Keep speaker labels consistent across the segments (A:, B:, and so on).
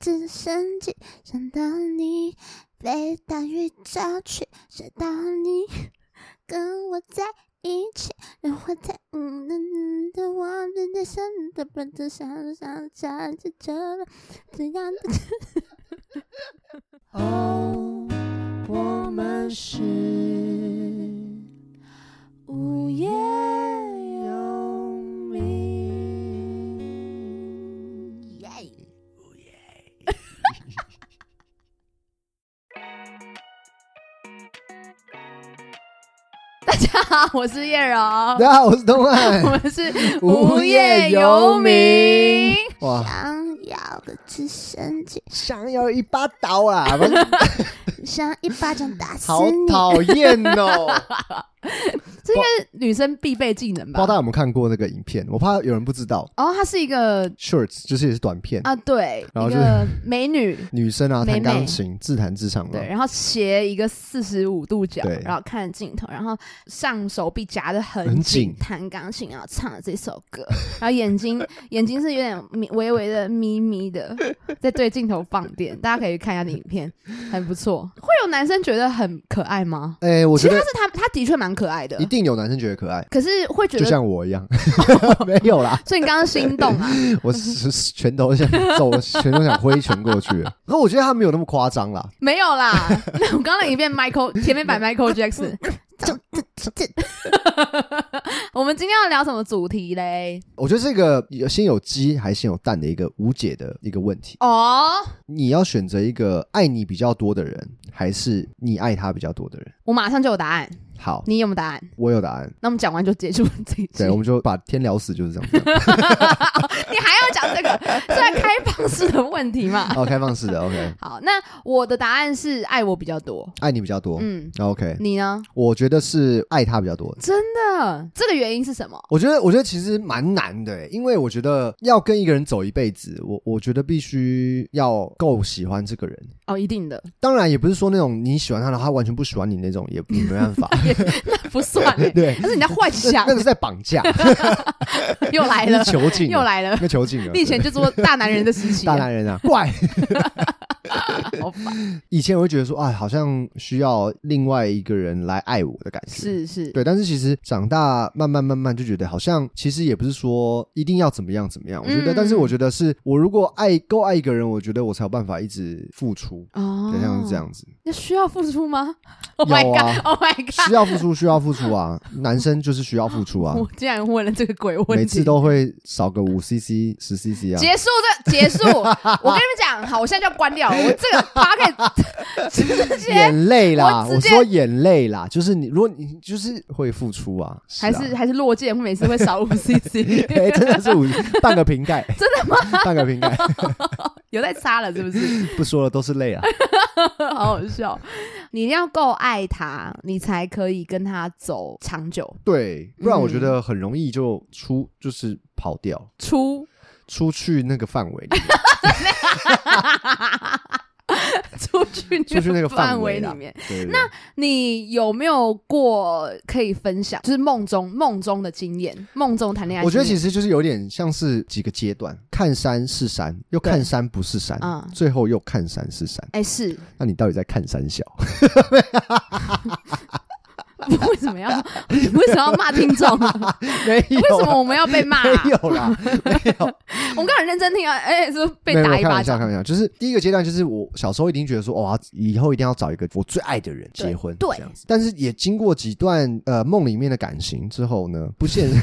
A: 直升机，想到你被大雨浇去，想到你跟我在一起，然后在嗯嗯嗯的我正在想着不着想想想着这这样的。
B: 哦，我们是无业游民。
A: 耶！
B: 大家好，我是叶柔，
C: 大家好，我是东
B: 我
C: 汉。
B: 们是
C: 无业游民哇，
A: 想要个直升机，
C: 想要一巴刀啊！不是
A: 想一巴掌打死
C: 好
A: 你。
C: 讨厌 哦！
B: 这应该是女生必备技能
C: 不知道
B: 吧
C: 大？家有没有看过那个影片？我怕有人不知道
B: 哦，她是一个
C: ，shorts 就是也是短片，
B: 啊，对，
C: 然后
B: 一
C: 就
B: 个美 女，
C: 女生啊
B: 妹
C: 弹
B: 妹
C: 钢琴，自弹自唱嘛啊
B: 对，。然后斜一个四十五度角
C: 嗯对，
B: 然后看镜头，然后上手臂夹的很
C: 很
B: 紧
C: 紧，
B: 弹钢琴，然后唱了这首歌， 然后眼睛眼睛是有点眯微微的眯眯 的，在对镜头放电，大家可以看一下那影片，很不错。会有男生觉得很可爱吗？
C: 哎，我
B: 其
C: 觉
B: 实他
C: 得
B: 是他，他的确蛮可爱的
C: 一，定有男生觉得可爱，
B: 可是会觉
C: 就
B: 得，
C: 像我一样， 没有啦，
B: 所以你刚刚心动 啊？
C: 我是是拳头想走，拳头想挥拳过去。可我觉得他没有那么夸张啦，
B: 没有啦，我刚刚那影片 Michael 前面摆 Michael Jackson。我们今天要聊什么主题嘞？
C: 我觉得这个有先有鸡还是先有蛋的一个无解的一个问题。
B: 哦、
C: 你要选择一个爱你比较多的人，还是你爱他比较多的人？
B: 我马上就有答案，
C: 好，
B: 你有没有答案？
C: 我有答案。
B: 那我们讲完就结束这一集。
C: 对，我们就把天聊死，就是这样 子。
B: 你还要讲这个？是在开放式的问题 嘛？
C: 哦，开放式的，OK，
B: 好，那我的答案是爱我比较多。
C: 爱你比较多。
B: 嗯，
C: OK，
B: 你呢？
C: 我觉得是爱他比较多。
B: 真的？这个原因是什么？
C: 我觉得，我觉得其实蛮难的，欸因为我觉得要跟一个人走一辈子，我我觉得必须要够喜欢这个人。
B: 哦，一定的，
C: 当然，也不是说那种你喜欢他，然后他完全不喜欢你那种，也也没办法。
B: 不算、欸。
C: 对，
B: 但是你在幻
C: 那
B: 想
C: 那，个是在绑架，
B: 又来
C: 那
B: 了
C: 是，囚禁了，
B: 又来了。
C: 那囚禁了。
B: 你以前就做大男人的时期
C: 对大
B: 啊，
C: 男人啊，怪。
B: 好烦。
C: 以前我会觉得说，哎，好像需要另外一个人来爱我的感觉。。
B: 是是，
C: 对，但是其实长大慢慢慢慢就觉得，好像其实也不是说一定要怎么样怎么样。我觉得，
B: 嗯
C: 但是我觉得是我如果爱够爱一个人，我觉得我才有办法一直付出，
B: 哦
C: 好，像是这。样子，
B: 那需要付出 吗？Oh my
C: 有啊
B: god！Oh my
C: 需
B: god！
C: 要付出，需要付出 啊，男生就是需要付出啊，
B: 我竟然问了这个鬼问题，
C: 每次都会少个五 cc 十 cc 啊。
B: 结束这结束，我跟你们讲，好，我现在就要关掉了，我 这个 p
C: 啊
B: o c k e t 直接
C: 眼泪啦，我
B: 我直接
C: 说眼泪啦，就是你，如果你就是会付出啊，
B: 还
C: 是啊
B: 是还是落剑，我每次会少五 CC，
C: 哎、真的 是五半个瓶盖，真的吗？ 半个瓶盖，
B: 有在杀了是不是？
C: 不说了，都是泪啊。
B: 好好笑，你一定要够爱他，你才可以跟他走长久
C: 对，不然我
B: 嗯
C: 觉得很容易就出，就是跑掉，
B: 出。
C: 出去那个范围里，
B: 出去 那
C: 出去那个
B: 范
C: 范
B: 围
C: 围
B: 里
C: 啦
B: 面，
C: 对那
B: 你有没有过可以分享？就是梦中梦中的经验，梦中谈恋爱经验。
C: 我觉得其实就是有点像是几个阶段，看山是山，又看山不是山
B: 嗯，
C: 最后又看山是山。
B: 哎、是
C: 那你到底在看山小？
B: 为什么要为什么要骂听 众啊？
C: 没有
B: 为什么
C: 啦，
B: 我们要被骂、啊？
C: 没有啦，
B: 我刚很认真听啊，哎、是不是被
C: 没有
B: 打
C: 没有
B: 一
C: 开
B: 巴
C: 玩笑，
B: 掌
C: 开。玩笑，就是第一个阶段，就是我小时候一定觉得说，哇，以后一定要找一个我最爱的人
B: 对
C: 结婚，
B: 对
C: 这样子。但是也经过几段呃梦里面的感情之后 呢，不现实。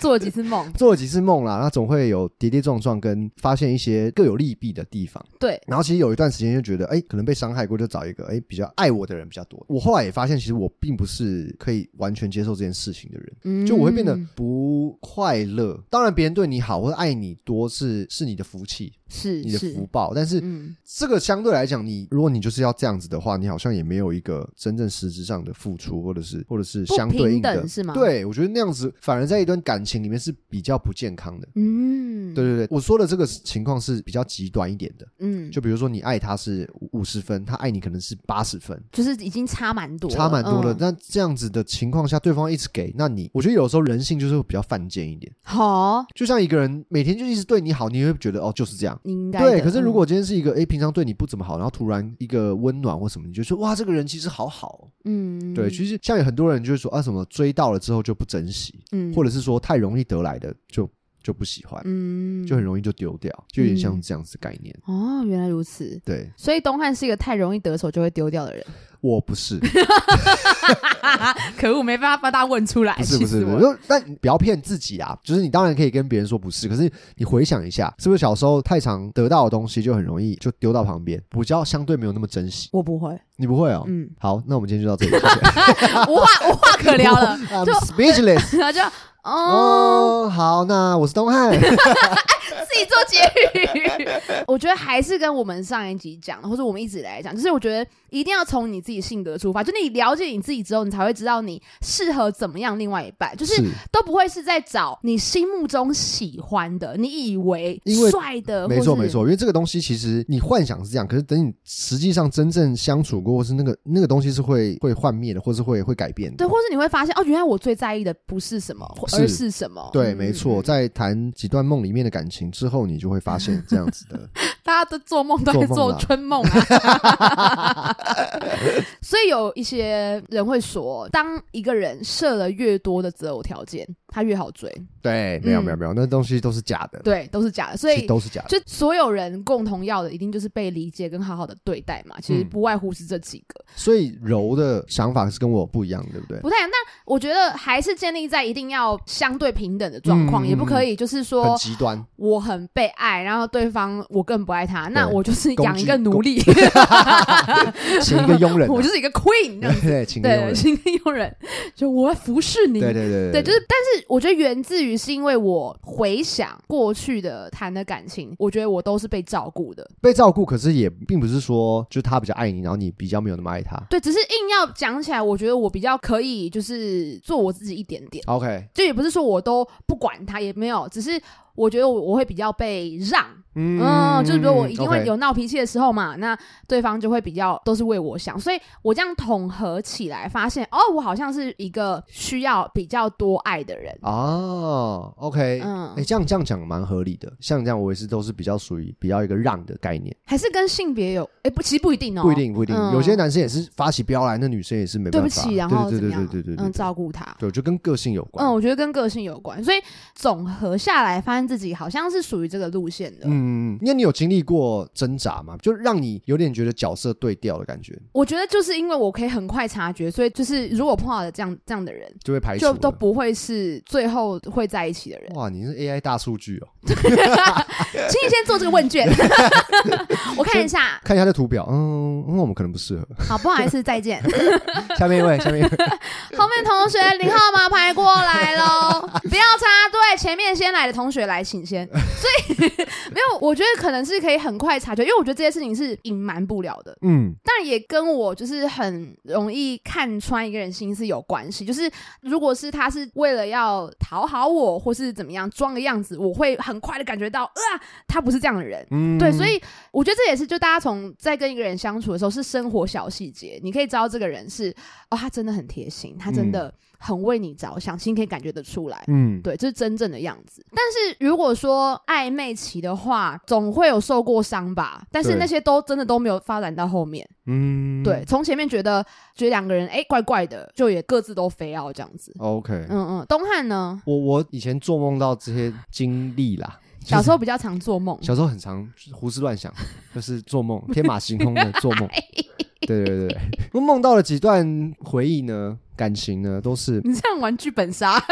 B: 做了几次梦，
C: 做了几次梦啦，那总会有跌跌撞撞，跟发现一些各有利弊的地方。
B: 对，
C: 然后其实有一段时间就觉得，哎、可能被伤害过，就找一个哎、比较爱我的人比较多。我后来也发现，其实我并不是可以完全接受这件事情的人，
B: 嗯
C: 就我会变得不快乐。当然，别人对你好或者爱你多是是你的福气，
B: 是
C: 你的
B: 是
C: 福报，但是。
B: 嗯，
C: 这个相对来讲，你如果你就是要这样子的话，你好像也没有一个真正实质上的付出，或者是或者是
B: 不
C: 相对
B: 平
C: 应的
B: 等是吗？，
C: 对，我觉得那样子反而在一段感情里面是比较不健康的。
B: 嗯，
C: 对，对对，我说的这个情况是比较极端一点的，
B: 嗯，就
C: 就比如说你爱他是五十分，他爱你可能是八十分，
B: 就是已经差蛮多了，
C: 差蛮多的。
B: 嗯
C: 那这样子子的情况下，对方一直给，那你我觉得有时候人性就是会比较犯贱一点。
B: 好，
C: 就像一个人每天就一直对你好，你会觉得哦就是这样。
B: 你应该
C: 对，
B: 的
C: 可是如
B: 嗯
C: 果今天是一个诶平常对你不怎么好，然后突然一个温暖或什么，你就说哇这个人其实好好哦。
B: 嗯，
C: 对，其实像有很多人就是说啊什么追到了之后就不珍惜，
B: 嗯
C: 或者是说太容易得来的就就不喜欢，
B: 嗯
C: 就很容易就丢掉，就有点像
B: 嗯
C: 这样子的概念。
B: 哦，原来如此。
C: 对
B: 所以东汉是一个太容易得手就会丢掉的人，
C: 我不是，
B: 可恶，没办法把他问出来，
C: 不是
B: 气
C: 不
B: 死
C: 是，
B: 我
C: 不是
B: 了
C: 就但你不要骗自己啊！就是你当然可以跟别人说不是，可是你回想一下，是不是小时候太常得到的东西就很容易就丢到旁边，比较相对没有那么珍惜？
B: 我不会，
C: 你不会哦？
B: 嗯，
C: 好，那我们今天就到这里，谢谢。
B: 无话无话 可聊 了，
C: I'm
B: 就
C: speechless。
B: 然后就哦，
C: 哦，好，那我是东汉。
B: 自己做结语。 我觉得还是跟我们上一集讲的，或者我们一直以来讲，就是我觉得一定要从你自己性格出发，就你了解你自己之后，你才会知道你适合怎么样另外一半，就是都 不会是在找你心目中喜欢的，你以为
C: 因为
B: 帅的，
C: 没错
B: 呃或是
C: 没，错，因为这个东西其实你幻想是这样，可是等你实际上真正相处过，或是那个那个东西是会会幻灭的，或是会会改变的
B: 对，。或是你会发现哦，原来我最在意的不是什么，或
C: 是
B: 而是什么？
C: 对，
B: 嗯
C: 没错，在谈几段梦里面的感情之后，你就会发现这样子 的
B: 大家都做梦都在
C: 做梦
B: 做
C: 啦
B: 春梦啊。 所以有一些人会说，当一个人设了越多的择偶条件，他越好追。
C: 对，没有
B: 嗯
C: 没有没有，那东西都是假的，
B: 对，都是假的。所
C: 其实
B: 以
C: 都是假的。
B: 就所有人共同要的，一定就是被理解跟好好的对待嘛。其实
C: 嗯
B: 不外乎是这几个，
C: 所以柔的想法是跟我不一样，对不对？
B: 不太一样。那我觉得还是建立在一定要相对平等的状况，
C: 嗯
B: 也不可以就是
C: 很
B: 说
C: 极端，
B: 我很被爱，然后对方我更不爱他，那
C: 对
B: 我就是养一个
C: 攻击
B: 奴隶，
C: 请一个佣人啊、
B: 我就是一个 queen 这样 子
C: 对，请一个佣
B: 对，
C: 人。
B: 请用人，就我会服侍你。
C: 对对对
B: 对就是，但是我觉得源自于是因为我回想过去的谈的感情，我觉得我都是被照顾的。
C: 被照顾，可是也并不是说就是他比较爱你，然后你比较没有那么爱他。
B: 对，只是硬要讲起来，我觉得我比较可以就是做我自己一点点，
C: OK，
B: 就也不是说我都不管他，也没有，只是我觉得我我会比较被让，
C: 嗯
B: 嗯，就是比如我一定会
C: OK
B: 有闹脾气的时候嘛，那对方就会比较都是为我想，所以我这样统合起来，发现哦，我好像是一个需要比较多爱的人。
C: 哦，OK，
B: 嗯
C: 哎、这样这样讲蛮合理的。像这样，我也是都是比较属于比较一个让的概念，
B: 还是跟性别有？哎、不，其实不一定哦，
C: 不一定不一定。
B: 嗯
C: 有些男生也是发起飙来，那女生也是没
B: 对
C: 办
B: 不
C: 法。
B: 起，然后
C: 对
B: 怎
C: 对
B: 么样？
C: 对对对对对，
B: 嗯，照顾他。
C: 对，就跟个性有关。
B: 嗯，我觉得跟个性有关，所以总和下来，发现自己好像是属于这个路线的。
C: 嗯，那你有经历过挣扎吗？就让你有点觉得角色对调的感觉，
B: 我觉得就是因为我可以很快察觉，所以就是如果碰到了这样这样的人，
C: 就会排除
B: 就
C: 了。
B: 都不会是最后会在一起的人。
C: 哇，你是 AI 大数据哦！
B: 请你先做这个问 卷， 我看一下。
C: 看一下这图表，嗯，嗯我们可能不适合。
B: 好，不好意思，再见。
C: 下面一位，下面一位，
B: 后面同学零号码牌过来喽，不要插队，前面先来的同学来请先。所以 没有，我觉得可能是可以很快察觉，因为我觉得这些事情是隐瞒不了的，
C: 嗯，
B: 但也跟我就是很容易看穿一个人心思有关系。就是如果是他是为了要讨好我，或是怎么样装个样子，我会很快的感觉到，啊、他不是这样的人。
C: 嗯
B: 对，所以我觉得这也是，就大家从在跟一个人相处的时候，是生活小细节，你可以知道这个人是哦，他真的很贴心，他真的很为你着想，其实你可以感觉得出来。
C: 嗯，
B: 对，这是真正的样子。但是如果说暧昧期的话，总会有受过伤吧。但是
C: 对
B: 那些都真的都没有发展到后面。
C: 嗯，
B: 对，从前面觉得觉得两个人哎、怪怪的，就也各自都非要这样子。
C: ，OK，
B: 嗯嗯，东汉呢，
C: 我我以前做梦到这些经历啦，就是
B: 小时候比较常做梦，
C: 小时候很常就是胡思乱想，就是做梦，天马行 空的做梦。对对对对，我梦到了几段回忆呢，感情呢，都是
B: 你这样玩剧 本杀，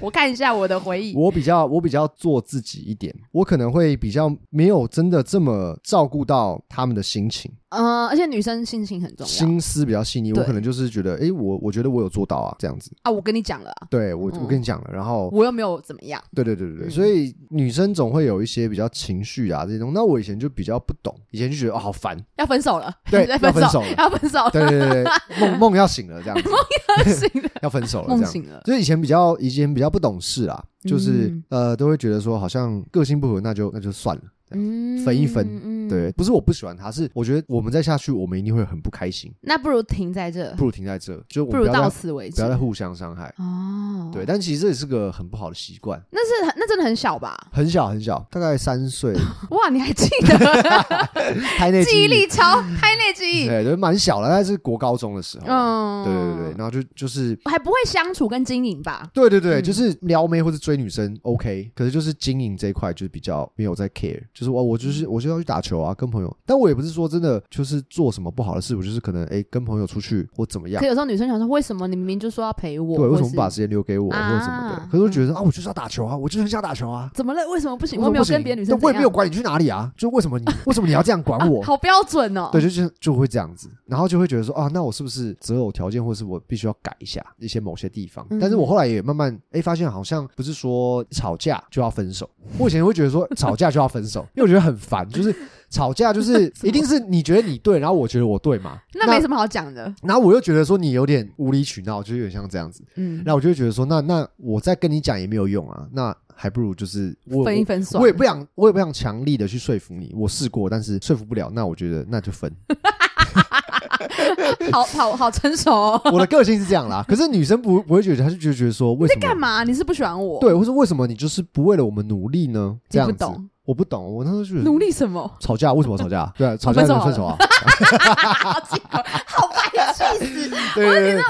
B: 我看一下我的回忆。
C: 我比较我比较做自己一点，我可能会比较没有真的这么照顾到他们的心情，
B: 嗯，而且女生心情很重要
C: 心思比较细腻。我
B: 对
C: 可能就是觉得，诶，我我觉得我有做到啊，这样子。
B: 啊！我跟你讲了、啊，
C: 对我我
B: 嗯
C: 跟你讲了，然后
B: 我又没有怎么样。
C: 对对对对对，
B: 嗯
C: 所以女生总会有一些比较情绪啊这些东西。那我以前就比较不懂，以前就觉得哦好烦，
B: 要分手了，
C: 对
B: 在
C: 要
B: 分
C: 分手了
B: 要分手了，
C: 对对对对，梦梦要醒了这样子，
B: 醒了，
C: 要分手了这
B: 梦
C: 样。
B: 醒了，
C: 所以以前比较以前比较不懂事啦，就是、
B: 嗯
C: 呃都会觉得说好像个性不合那就那就算了。
B: 嗯
C: 分一分
B: 嗯
C: 对，，不是我不喜欢他，是我觉得我们再下去，我们一定会很不开心。
B: 那不如停在这，
C: 不如停在这，就是我
B: 不
C: 们
B: 如
C: 不要
B: 到
C: 再
B: 此为
C: 不
B: 止
C: 要。再互相伤害。
B: 哦，
C: 对，，但其实这也是个很不好的习惯，
B: 那是很那真的很小吧？
C: 很小很小，大概三岁，
B: 哇，你还 记得？
C: 胎内
B: 记忆力超，胎内记忆，
C: 哎对，就是蛮小的，大概是国高中的时候。
B: 嗯，
C: 对对对对，然后就就是。
B: 还不会相处跟经营吧？
C: 对对对，
B: 嗯
C: 就是撩妹或者追女生 OK，可是就是经营这一块就是比较没有在 care，就是哦我我
B: 嗯
C: 就是我就要去打球啊，跟朋友，但我也不是说真的就是做什么不好的事，我就是可能哎跟朋友出去或怎么样
B: 可，有时候女生想说，为什么你明明就说要陪我？
C: 对，为什么
B: 或
C: 不
B: 是
C: 把时间留给我
B: 啊
C: 或者什么的？可是我觉得啊，我就是要打球啊，我就是很想打球啊，
B: 怎么了？为什么不行？
C: 为
B: 我
C: 什么
B: 没有
C: 不行
B: 跟别的女生
C: 但我也
B: 怎
C: 没有
B: 样
C: 管你去哪里啊，就为什么你为什么你要这样管我
B: 啊？好标准哦。
C: 对，就是就会这样子，然后就会觉得说啊，那我是不是择偶条件，或是我必须要改一下一些某些地方？但是
B: 嗯
C: 我后来也慢慢哎发现，好像不是说吵架就要分手。我以前会觉得说吵架就要分手，因为我觉得很烦，就是吵架就是 一定是你觉得你对，然后我觉得我对嘛，
B: 那没什么好讲的。
C: 然后我又觉得说你有点无理取闹，就是有点像这样子。
B: 嗯，
C: 那我就会觉得说，那那我再跟你讲也没有用啊，那还不如就是我
B: 分一分算了。
C: 我也不想，我也不想强力的去说服你。我试过，但是说服不了，那我觉得那就分。
B: 好好好成熟、 哦。
C: 我的个性是这样啦，可是女生不不会觉得，她就觉得觉得说为什
B: 干
C: 么？
B: 嘛？你是不喜欢我？，
C: 对，或是为什么你就是不为了我们努力呢？这
B: 你
C: 样
B: 不
C: 子，
B: 懂，
C: 我不懂，我那时候就觉得
B: 努力 什么？
C: 吵架为什么吵 架？对啊，吵架
B: 分手
C: 能
B: 好
C: 分
B: 了
C: 手啊？
B: 好结果，好白 气死！
C: 对 对对，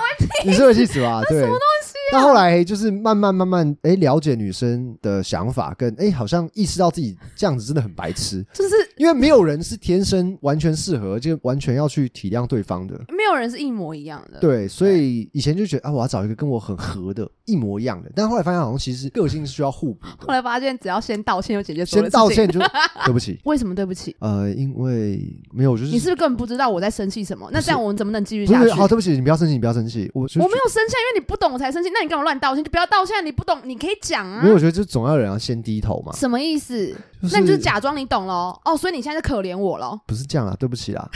C: 你是会气死吧？对，什么东西？
B: 啊
C: 那后来就是慢慢慢慢，哎，了解女生的想法，跟哎，好像意识到自己这样子真的很白痴，
B: 就是
C: 因为没有人是天生完全适合，就完全要去体谅对方的。
B: 没有人是一模一样的。，
C: 对，所以以前就觉得啊，我要找一个跟我很合的，一模一样的。但后来发现，好像其实个性是需要互补
B: 后
C: 的。
B: 来发现只要先道歉就解决所
C: 先
B: 有的
C: 道
B: 事情。
C: 歉就对不起，
B: 为什么对不起？
C: 呃，因为没有，我就是
B: 你是不是根本不知道我在生气什么？那这样我们怎么能继续
C: 不
B: 下
C: 是
B: 去？
C: 好？对不起，你不要生气，你不要生气。我就
B: 我没有生气啊，因为你不懂我才生气。那你干嘛乱道歉？就不要道歉，你不懂你可以讲啊
C: 没。有，我觉得就总要有人要先低头嘛。
B: 什么意思？
C: 就是、
B: 那你就假装你懂喽。哦，所以你现在就可怜我
C: 。
B: 喽
C: 不是这样啦，对不起啦，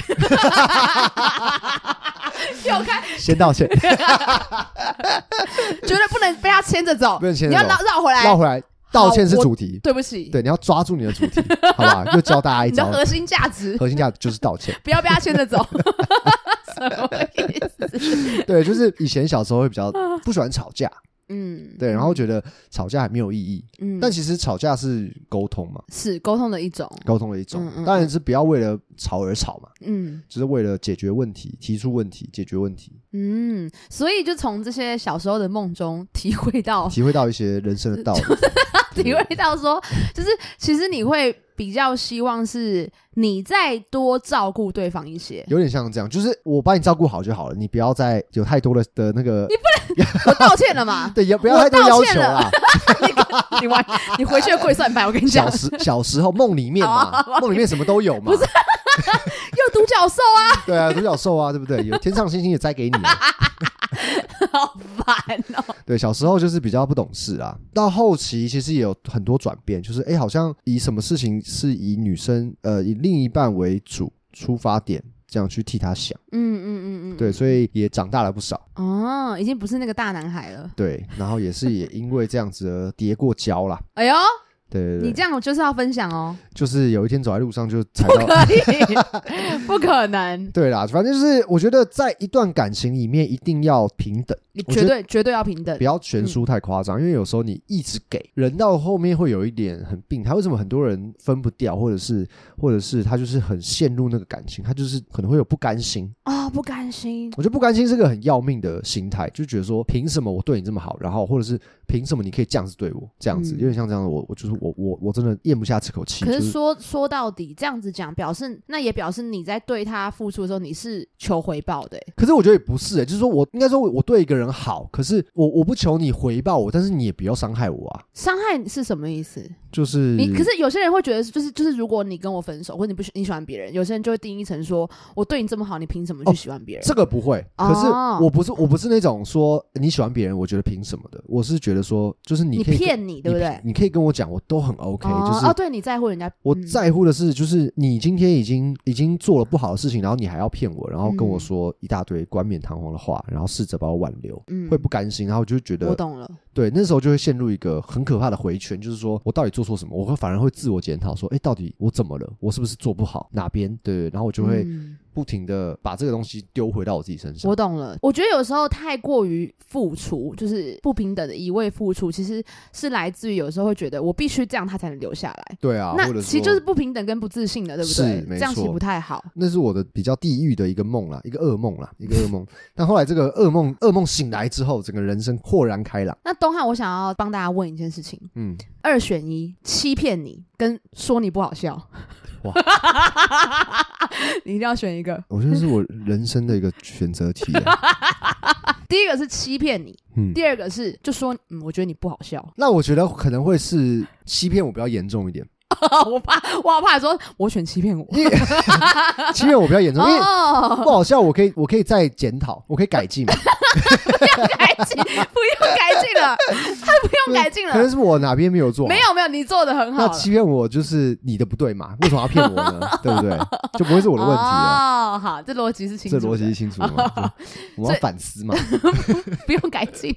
B: 有开
C: 先道歉，
B: 绝对不能被他牵着走，
C: 不能牵
B: 你
C: 着
B: 要
C: 走
B: 绕绕回 来
C: 绕。回来，道歉是主题。
B: 对不起，
C: 对，你要抓住你的主题，好吧？又教大家一
B: 你的
C: 招，
B: 核心价值
C: 核心价值就是道歉。
B: 不要被他牵着走。 什么意思？
C: 对，就是以前小时候会比较不喜欢吵架，
B: 啊嗯，
C: 对，然后觉得吵架很没有意义，
B: 嗯，
C: 但其实吵架是沟通嘛，
B: 是沟通的一种，
C: 沟通的一种
B: 嗯，嗯
C: 当然是不要为了吵而吵嘛，
B: 嗯
C: 就是为了解决问题、提出问题、解决问题，
B: 嗯，所以就从这些小时候的梦中体会到，
C: 体会到一些人生的 道理。
B: 体会到说，就是其实你会比较希望是你再多照顾对方一些。
C: 有点像这样，就是我把你照顾好就好了，你不要再有太多的的那个，？
B: 我道歉了嘛
C: 对，也不要太多要求啊
B: 我道
C: 啦。
B: 你完，你回去的跪算盘，我跟你讲
C: 小，时小时候梦里面
B: 哦
C: 嘛，梦里面什么都有嘛，
B: 又独角兽啊，
C: 对啊，独角兽啊，对不对？有天上星星也摘给你啊，
B: 好烦哦。
C: 对，小时候就是比较不懂事啊，到后期其实也有很多转变，就是哎，好像以什么事情是以女生呃以另一半为主出发点，这样去替她想，
B: 嗯嗯嗯嗯，
C: 对，所以也长大了不少，
B: 哦，已经不是那个大男孩了。
C: 对，然后也是也因为这样子而跌过跤啦，
B: 哎呦，
C: 对对对，
B: 你这样我就是要分享哦，
C: 就是有一天走在路上就踩到，
B: 可以，不可能，
C: 对啦，反正就是我觉得在一段感情里面一定要平等，
B: 你
C: 我觉得
B: 绝对绝对要平等
C: 不。要悬
B: 嗯
C: 殊太夸张，因为有时候你一直给人到后面会有一点很病态。为什么很多人分不掉，或者是或者是他就是很陷入那个感情，他就是可能会有不甘心。
A: 哦
B: 啊、不甘心，
C: 我觉得不甘心是个很要命的心态，就觉得说凭什么我对你这么好，然后或者是凭什么你可以这样子对我，这样子、
B: 嗯
C: 有点像这样的我，我就是我我我真的咽不下这口气。
B: 可
C: 就是
B: 说说到底，这样子讲，表示那也表示你在对他付出的时候，你是求回报的欸、
C: 可是我觉得也不是、欸，就是说我应该说我我对一个人好，可是我我不求你回报我，但是你也不要伤害我啊。
B: 伤害是什么意思？
C: 就是
B: 你可是有些人会觉得，就是就是，如果你跟我分手，或者你不喜你喜欢别人，有些人就会定义成说，我对你这么好，你凭什么去
C: 哦
B: 喜欢别人？
C: 这个不会，
B: 哦
C: 可是我不是我不是那种说你喜欢别人，我觉得凭什么的，我是觉得说就是你
B: 你
C: 可以跟
B: 骗你，对不对
C: 你？你可以跟我讲，我都很 OK，、
B: 哦
C: 就是。
B: 哦，对你在乎人家，
C: 我
B: 嗯
C: 在乎的是，就是你今天已经已经做了不好的事情，然后你还要骗我，然后跟我
B: 嗯
C: 说一大堆冠冕堂皇的话，然后试着把我挽留，
B: 嗯
C: 会不甘心，然后就觉
B: 我
C: 得
B: 懂了。
C: 对，那时候就会陷入一个很可怕的回圈，就是说我到底做错什么，我会反而会自我检讨，说，哎、到底我怎么了？我是不是做不好？哪边？对对，对然后我就会
B: 嗯
C: 不停的把这个东西丢回到我自己身上。
B: 我懂了，我觉得有时候太过于付出，就是不平等的一味付出，其实是来自于有时候会觉得我必须这样，他才能留下来。
C: 对啊，或
B: 那
C: 者
B: 其实
C: 说
B: 就是不平等跟不自信的，对不
C: 是
B: 对？
C: 没
B: 这样其实
C: 错
B: 不太好。
C: 那是我的比较地狱的一个梦啦，一个噩梦 啦，一个噩梦。但后来这个噩梦，噩梦醒来之后，整个人生豁然开朗。
B: 那东汉，我想要帮大家问一件事情：
C: 嗯，
B: 二选一，欺骗你跟说你不好笑。
C: 哇
B: 你一定要选一个。
C: 我觉得是我人生的一个选择题啊、
B: 第一个是欺骗你，
C: 嗯，
B: 第二个是就说嗯，我觉得你不好笑。
C: 那我觉得可能会是欺骗我比较严重一点，
B: 我怕，我好怕说我选欺骗我。
C: 因为欺骗我比较严重，因为
B: 哦，
C: 不好笑，我可以我可以再检讨，我可以改进 嘛，
B: 改进，不用改进了，他不用改进了
C: 可。能是我哪边没有做好
B: 啊没。有没有，你做的很
C: 那
B: 好了。
C: 欺骗我就是你的不对嘛？为什么要骗我 呢？对不对？就不会是我的问题啊了。
B: 哦，好，这逻辑是清
C: 这
B: 楚的，
C: 逻辑是清楚 的吗？对我
B: 所
C: 要
B: 以
C: 反思嘛。
B: 不用改进。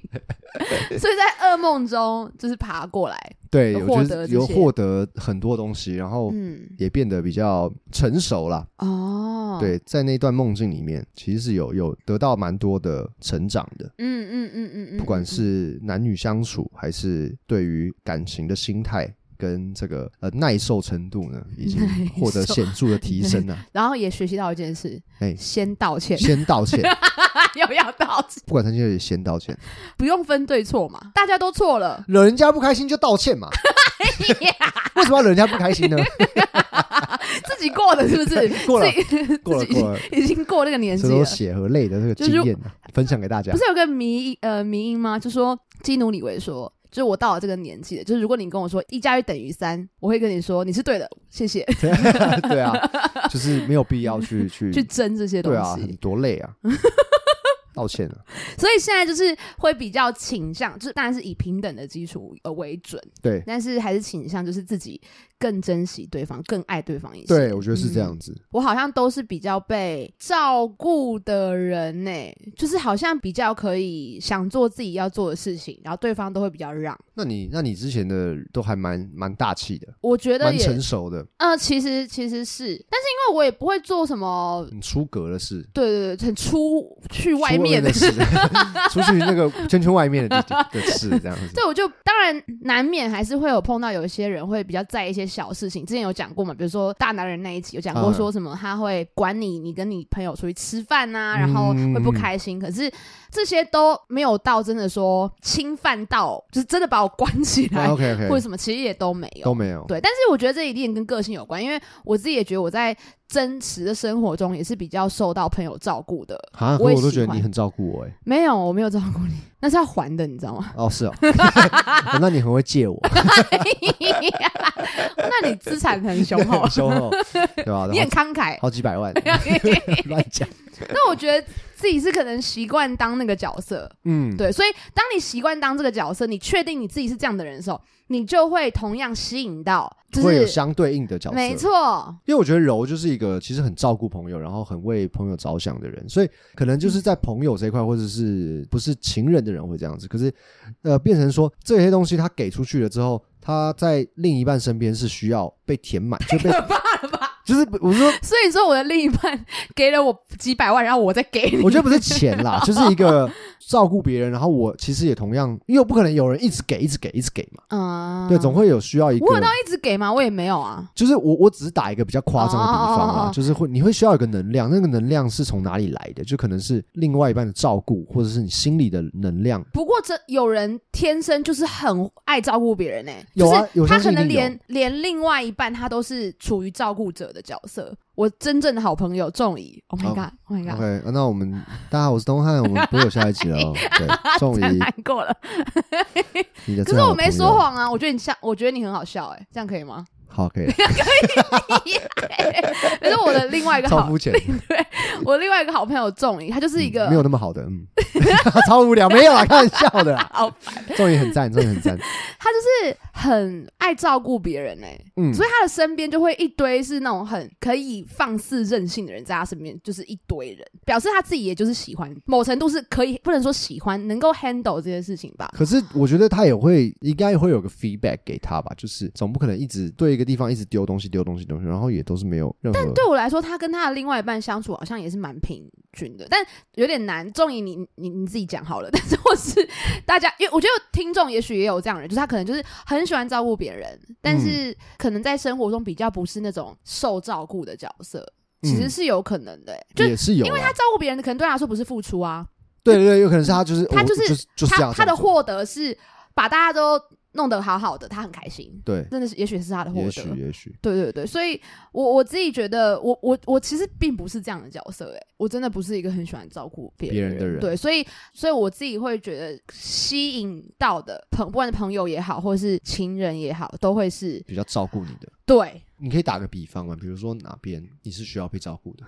B: 所以在噩梦中就是爬过来，
C: 对，
B: 有
C: 我
B: 呃获
C: 觉
B: 得
C: 得
B: 这
C: 有
B: 些
C: 获得很多东西，然后
B: 嗯，
C: 也变得比较成熟啦。
B: 哦，，
C: 对，在那段梦境里面，其实是有有得到蛮多的成长的，
B: 嗯嗯嗯嗯嗯，
C: 不管
B: 嗯
C: 是男女相处，还是对于感情的心态。跟这个呃耐受程度呢，已经
B: 耐
C: 获得
B: 受
C: 显著的提升 了。
B: 然后也学习到一件事，
C: 哎
B: 先道歉，
C: 先道歉，
B: 又要道歉，
C: 不管他现在也先道 歉，
B: 不用分对错嘛，大家都错 了，
C: 惹人家不开心就道歉嘛。为什么要惹人家不开心呢？
B: 自己过了是不是？
C: 过了
B: 自己
C: 过了
B: 自己
C: 过了，
B: 已经过那个年纪
C: 这都
B: 了。
C: 是血和泪的这个
B: 就是
C: 经验啊，分享给大家
B: 不。是有个迷呃迷音吗？就说基努里维说，就是我到了这个年纪了，就是如果你跟我说一加一等于三，我会跟你说你是对的，谢谢，
C: 嗯 对啊，就是没有必要 去去
B: 去争这些东
C: 对啊，很
B: 西。
C: 多累 啊，道歉啊，
B: 所以现在就是会比较倾向，就是当然是以平等的基础呃为准，
C: 对
B: 但是还是倾向就是自己更珍惜对方，更爱对方一些。
C: 对，我觉得是这样子。
B: 我好像都是比较被照顾的人呢、就是好像比较可以想做自己要做的事情，然后对方都会比较让。
C: 那你那你之前的都还蛮蛮大气的，
B: 我觉得
C: 蛮
B: 也
C: 成熟的，
B: 呃，其实其实是，但是因为我也不会做什么，
C: 很出格的事。
B: 对对对，很出去外
C: 出
B: 面的
C: 的 事，出去那个圈圈外面的地的事，这样 子。
B: 对，我就当然难免还是会有碰到有一些人会比较在意一些小事情。之前有讲过嘛，比如说大男人那一集有讲过，
C: 嗯
B: 说什么他会管你，你跟你朋友出去吃饭呐、然后
C: 嗯
B: 会不开心。可是这些都没有到真的说侵犯到，就是真的把我关起来、
C: OK
B: 或者
C: OK，
B: 什么，其实也都没有
C: 哦都。没有。
B: 对，但是我觉得这一定跟个性有关，因为我自己也觉得我在真实的生活中也是比较受到朋友照顾的。
C: 啊，可
B: 我也
C: 我都
B: 喜
C: 觉得
B: 欢
C: 你很照顾我哎。
B: 没有，我没有照顾你，那是要还的，你知道吗？
C: 哦，是哦，哦那你很会借我，，
B: 那你资产很雄 厚
C: 凶哦，对吧？
B: 你很
C: 好
B: 慷慨。
C: 好几百万， 乱讲。
B: 那我觉得自己是可能习惯当那个角色，
C: 嗯，
B: 对，所以当你习惯当这个角色，你确定你自己是这样的人的时候，你就会同样吸引到，就
C: 会有
B: 是
C: 相对应的角色。
B: 没错，
C: 因为我觉得柔就是一个其实很照顾朋友，然后很为朋友着想的人，所以可能就是在朋友这一块，或者是不是情人的人会这样子。可是，呃，变成说这些东西他给出去了之后，他在另一半身边是需要被填 满，就被
B: 可怕了吧？
C: 就是不我是说，
B: 所以说我的另一半 给了我几百万，然后我再给你，
C: 我觉得不是钱啦， 就是一个照顾别人，然后我其实也同样，因为我不可能有人一直给，一直给，一直给嘛，
B: 嗯，
C: 对，总会有需要一个
B: 我。有到一直给吗？我也没有啊，
C: 就是我，我只是打一个比较夸张的比方
B: 哦哦
C: 啊
B: 哦，哦
C: 就是会你会需要有个能量，那个能量是从哪里来的？就可能是另外一半的照顾，或者是你心里的能量。
B: 不过这有人天生就是很爱照顾别人呢、欸
C: 有啊
B: 就
C: 有
B: 是
C: 些
B: 他
C: 是
B: 可
C: 一定
B: 能
C: 有
B: 连连另外一半他都是处于照顾者的角色。我真正的好朋友仲怡，Oh my
C: 哦
B: God，Oh my God，
C: OK，那我们大家好，我是东汉，我们不会有下一集了 哦。对，仲
B: 太
C: 怡，
B: 难过了。
C: 你的
B: 可
C: 最
B: 是
C: 好
B: 我
C: 的
B: 没
C: 朋
B: 说
C: 友。
B: 谎啊，我觉得你像，我觉得你很好笑、欸，哎，这样可以吗？
C: 好，可以了，
B: 可是我的另外一个
C: 超
B: 好，
C: 肤浅，
B: 我另外一个好朋友仲怡，他 就是一个
C: 没有那么好的，嗯， 超无聊，没有啊，开玩笑的啦。
B: 好
C: 仲怡很赞，仲怡很 赞，
B: 他就是很爱照顾别人哎、
C: 嗯
B: 所以他的身边就会一堆是那种很可以放肆任性的人在他身边，就是一堆人。表示他自己也就是喜欢，某程度是可以不能说喜欢，能够 handle 这件事情吧。
C: 可是我觉得他也会，应该会有个 feedback 给他吧，就是总不可能一直对一个地方一直丢东西、丢东西、丢东西，然后也都是没有任何。但
B: 对我来说，他跟他的另外一半相处好像也是蛮平均的，但有点难。仲怡，你你你自己讲好了，但是我是大家，因为我觉得听众也许也有这样的人，就是他可能就是很喜欢照顾别人，但是可能在生活中比较不是那种受照顾的角色，其实
C: 嗯
B: 是有可能的欸、就
C: 也是有啊，
B: 因为他照顾别人，可能对他来说不是付出啊，
C: 对对对，有可能是他就是
B: 他
C: 我
B: 就
C: 就是是就是这
B: 他
C: 样
B: 他的
C: 这样做
B: 获得是把大家都弄得好好的，他很开心，
C: 对，
B: 真的是也许是他的获
C: 也许
B: 得。
C: 也许
B: 对对对，所以我我自己觉得我，我我其实并不是这样的角色、欸，我真的不是一个很喜欢照顾别
C: 别人的人
B: 对，所以所以我自己会觉得吸引到的朋，不管是朋友也好，或是情人也好，都会是
C: 比较照顾你的。
B: 对，
C: 你可以打个比方嘛，比如说哪边你是需要被照顾的，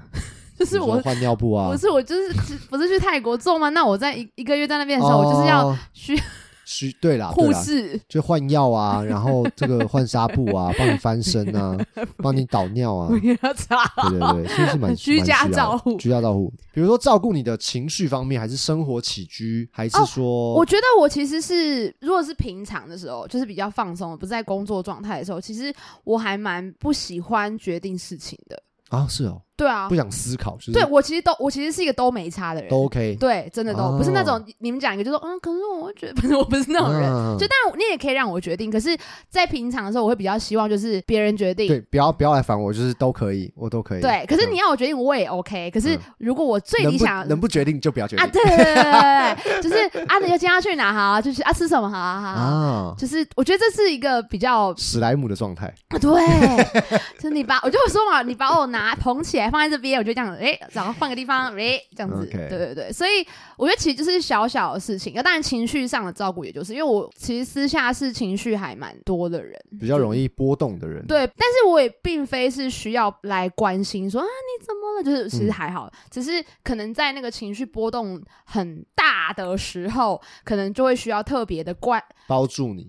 B: 就
C: 就是
B: 我。
C: 换尿布啊，
B: 不是我就是 不是去泰国做吗？那我在一一个月在那边
C: 的
B: 的时候，我就是要需
C: 需哦啊对啊啦，对
B: 护
C: 啦，
B: 士，
C: 就换药啊，然后这个换纱布啊，帮你翻身 啊，帮你倒尿啊
B: 我，也要查。
C: 对对对，是不是蛮
B: 居家
C: 蛮需要的
B: 照护
C: 居家照护，比如说照顾你的情绪方面，还是生活起居，还是
B: 哦
C: 说，
B: 我觉得我其实是，如果是平常的时候，就是比较放松，不在工作状态的时候，其实我还蛮不喜欢决定事情的。
C: 啊是哦，
B: 对啊
C: 不，想思考，就是
B: 对我其实都我其实是一个都没差的人，
C: 都 OK，
B: 对，真的都、不是那种你们讲一个就说嗯，可是我觉得不是我不是那种人。
C: 嗯
B: 就但你也可以让我决定，可是，在平常的时候，我会比较希望就是别人决定。
C: 对，不要不要来烦我，就是都可以，我都可以。
B: 对，可是
C: 嗯
B: 你要我决定，我也 OK。可是
C: 嗯
B: 如果我最理
C: 能不
B: 想
C: 能不决定就不要决
B: 啊，
C: 定
B: 对对对对对，对就是啊，你就今天要去哪好啊，就是啊吃什么好啊好啊，
C: 啊，
B: 就是我觉得这是一个比较
C: 史莱姆的状态，
B: 啊， 对， 就是你把我就说嘛，你把我拿捧起来放在这边，我就这样，诶，然后换个地方，诶，这样子
C: OK
B: 对对对，所以我觉得其实就是小小的事情，那当然情绪上的照顾，也就是因为我其实私下是情绪还蛮多的人，
C: 比较容易波动的人。，
B: 对，但是我也并非是需要来关心说啊你怎么了，就是其实还好，只是可能在那个情绪波动很大的时候，可能就会需要特别的关
C: 包住你，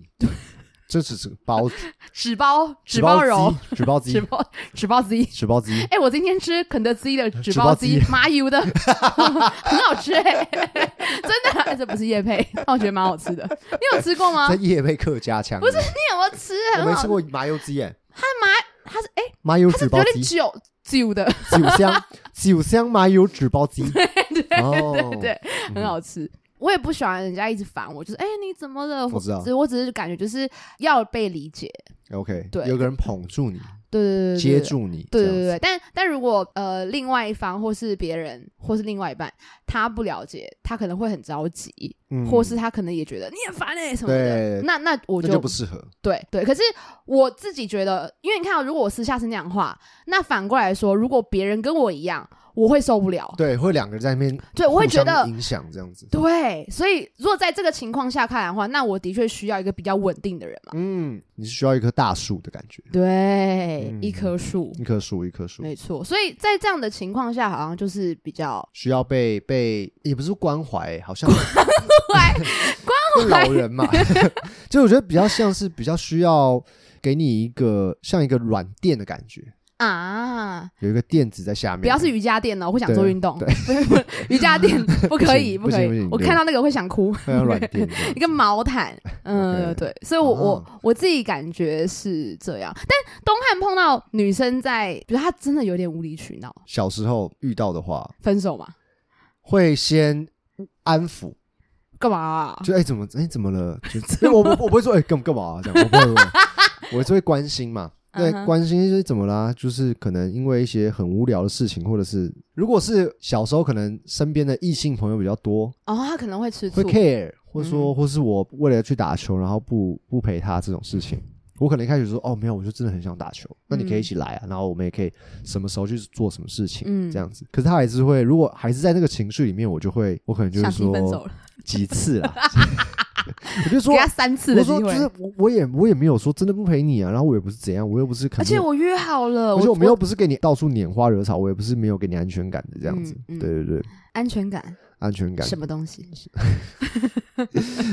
C: 这只是包
B: 纸包纸包揉
C: 机，纸包
B: 纸
C: 机，
B: 包纸包自己。
C: 纸包机。
B: 哎、我今天吃肯德基的纸
C: 呃纸
B: 包
C: 包
B: 鸡
C: 鸡，
B: 麻油的， 很好吃哎、真的、啊这不是叶配，但我觉得蛮好吃的。你有吃过吗？
C: 在
B: 你
C: 夜配客家 腔，不是
B: 有没有吃？
C: 我
B: 很
C: 没
B: 好
C: 吃，过麻油鸡耶，
B: 它是哎、
C: 麻油
B: 它是
C: 纸包
B: 有点
C: 鸡，
B: 酒酒的，
C: 酒香酒香麻油纸包 鸡，哦，
B: 对，很好吃。我也不喜欢人家一直烦我，就是哎、你怎么了？
C: 我知道
B: 只我只是感觉就是要被理解，
C: ，OK，
B: 对
C: 有个人捧住你，
B: 对对对对对，
C: 接住你，
B: 对
C: 这
B: 对
C: 样
B: 对
C: 子
B: 对，但但如果呃另外一方或是别人或是另外一半他不了解，他可能会很着急，
C: 嗯
B: 或是他可能也觉得你很烦哎、什么的，
C: 对
B: 那那我
C: 那就不适合，
B: 对对。可是我自己觉得，因为你看啊到，如果我私下是那样的话，那反过来说，如果别人跟我一样，我会受不了。
C: 对，会两个人在那边，
B: 对，我会觉得
C: 影响这样子，
B: 对。所以如果在这个情况下看来的话，那我的确需要一个比较稳定的人嘛。
C: 嗯，你是需要一棵大树的感觉，
B: 对，
C: 嗯
B: 一棵树，
C: 一棵树，一棵树，
B: 没错。所以在这样的情况下，好像就是比较
C: 需要被被也不是关怀，好像关
B: 怀
C: 关怀老人嘛， 就我觉得比较像是比较需要给你一个像一个软垫的感觉，
B: 啊，
C: 有一个垫子在下面，
B: 不要是瑜伽垫了，我会想做
C: 嗯对
B: 运动。
C: 对
B: 不是不是瑜伽垫不可以，
C: 不行
B: 可
C: 不行不
B: 以
C: 行。
B: 我看到那个会想哭。
C: 要软垫这样
B: 一个毛毯，嗯，
C: OK
B: 对，所以我
C: 哦
B: 我我自己感觉是这样。但东汉碰到女生在，比如他真的有点无理取闹，
C: 小时候遇到的话，
B: 分手嘛，
C: 会先安抚，
B: 干嘛啊？
C: 就哎、怎么哎、怎么了？就 因为我我我不会说哎干、嘛干嘛、啊、这样，我不会，我 不会我就会关心嘛。对
B: 嗯哼
C: 关心就是怎么啦？就是可能因为一些很无聊的事情，或者是如果是小时候可能身边的异性朋友比较多，
B: 哦，他可能会吃醋
C: 会，care，或
B: 嗯
C: 者说、或是我为了去打球，然后不不陪他这种事情。我可能一开始说哦没有，我就真的很想打球，
B: 嗯
C: 那你可以一起来啊，然后我们也可以什么时候去做什么事情，
B: 嗯
C: 这样子。可是他还是会，如果还是在那个情绪里面，我就会，我可能就
B: 想
C: 是
B: 提分手
C: 说
B: 了，
C: 几次 啦，我就说
B: 给他三次的
C: 我
B: 机
C: 说就
B: 会，
C: 是我我也我也没有说真的不陪你啊，然后我也不是怎样，我又不是肯
B: 而且我约好了，
C: 而且我们又不是给你到处拈花惹草，我也不是没有给你安全感的这样子，
B: 嗯嗯
C: 对对对，
B: 安全感
C: 安全感
B: 什么东西？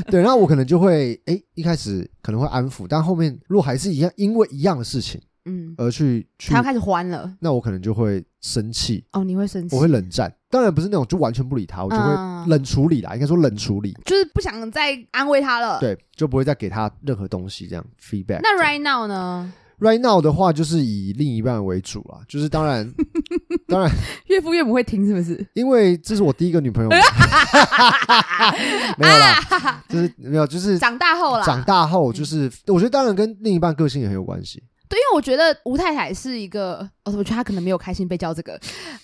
C: 对，然后我可能就会哎一开始可能会安抚，但后面如果还是一样，因为一样的事情
B: 嗯，
C: 呃而去去
B: 他要，开始欢了，
C: 那我可能就会生气，
B: 哦，你会生气
C: 我会冷战，当然不是那种就完全不理他，我就会
B: 嗯
C: 冷处理啦，应该说冷处理，
B: 就是不想再安慰他了。，
C: 对，就不会再给他任何东西这样 feedback 这样。
B: 那 right now 呢？
C: right now 的话，就是以另一半为主啦， 就是当然当然，
B: 岳父岳母会听是不是？
C: 因为这是我第一个女朋 友嘛，没有
B: 啊
C: 啦，就是没有，就是
B: 长大后嗯啦，
C: 长大后，就是我觉得当然跟另一半个性也很有关 系。
B: 对，因为我觉得吴太太是一个，哦，我觉得她可能没有开心被叫这个，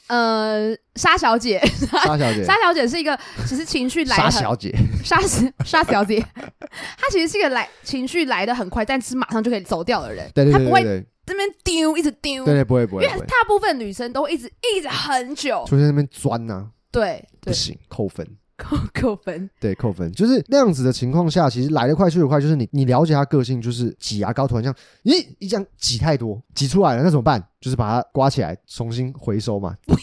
B: 呃，沙小姐，
C: 沙小姐，
B: 沙小姐是一个其实情绪来
C: 沙
B: 得很
C: 小姐，
B: 沙小沙小姐，她其实是一个来情绪来的很快，但是马上就可以走掉的人，
C: 对对
B: 她
C: 对
B: 不
C: 对
B: 会
C: 对
B: 这边丢一直丢，
C: 对对，不会不
B: 因
C: 会
B: 为
C: 不会，
B: 大部分女生都会一直一直很久，
C: 就在那边钻呐，
B: 对
C: 不
B: 对，
C: 行，扣分。
B: 扣 扣分，
C: 对，扣分就是那样子的情况下，其实来得快去得快，就是你你了解他个性，就是挤牙膏突然像，咦，一这样挤太多，挤出来了，那怎么办？就是把它刮起来，重新回收嘛。 不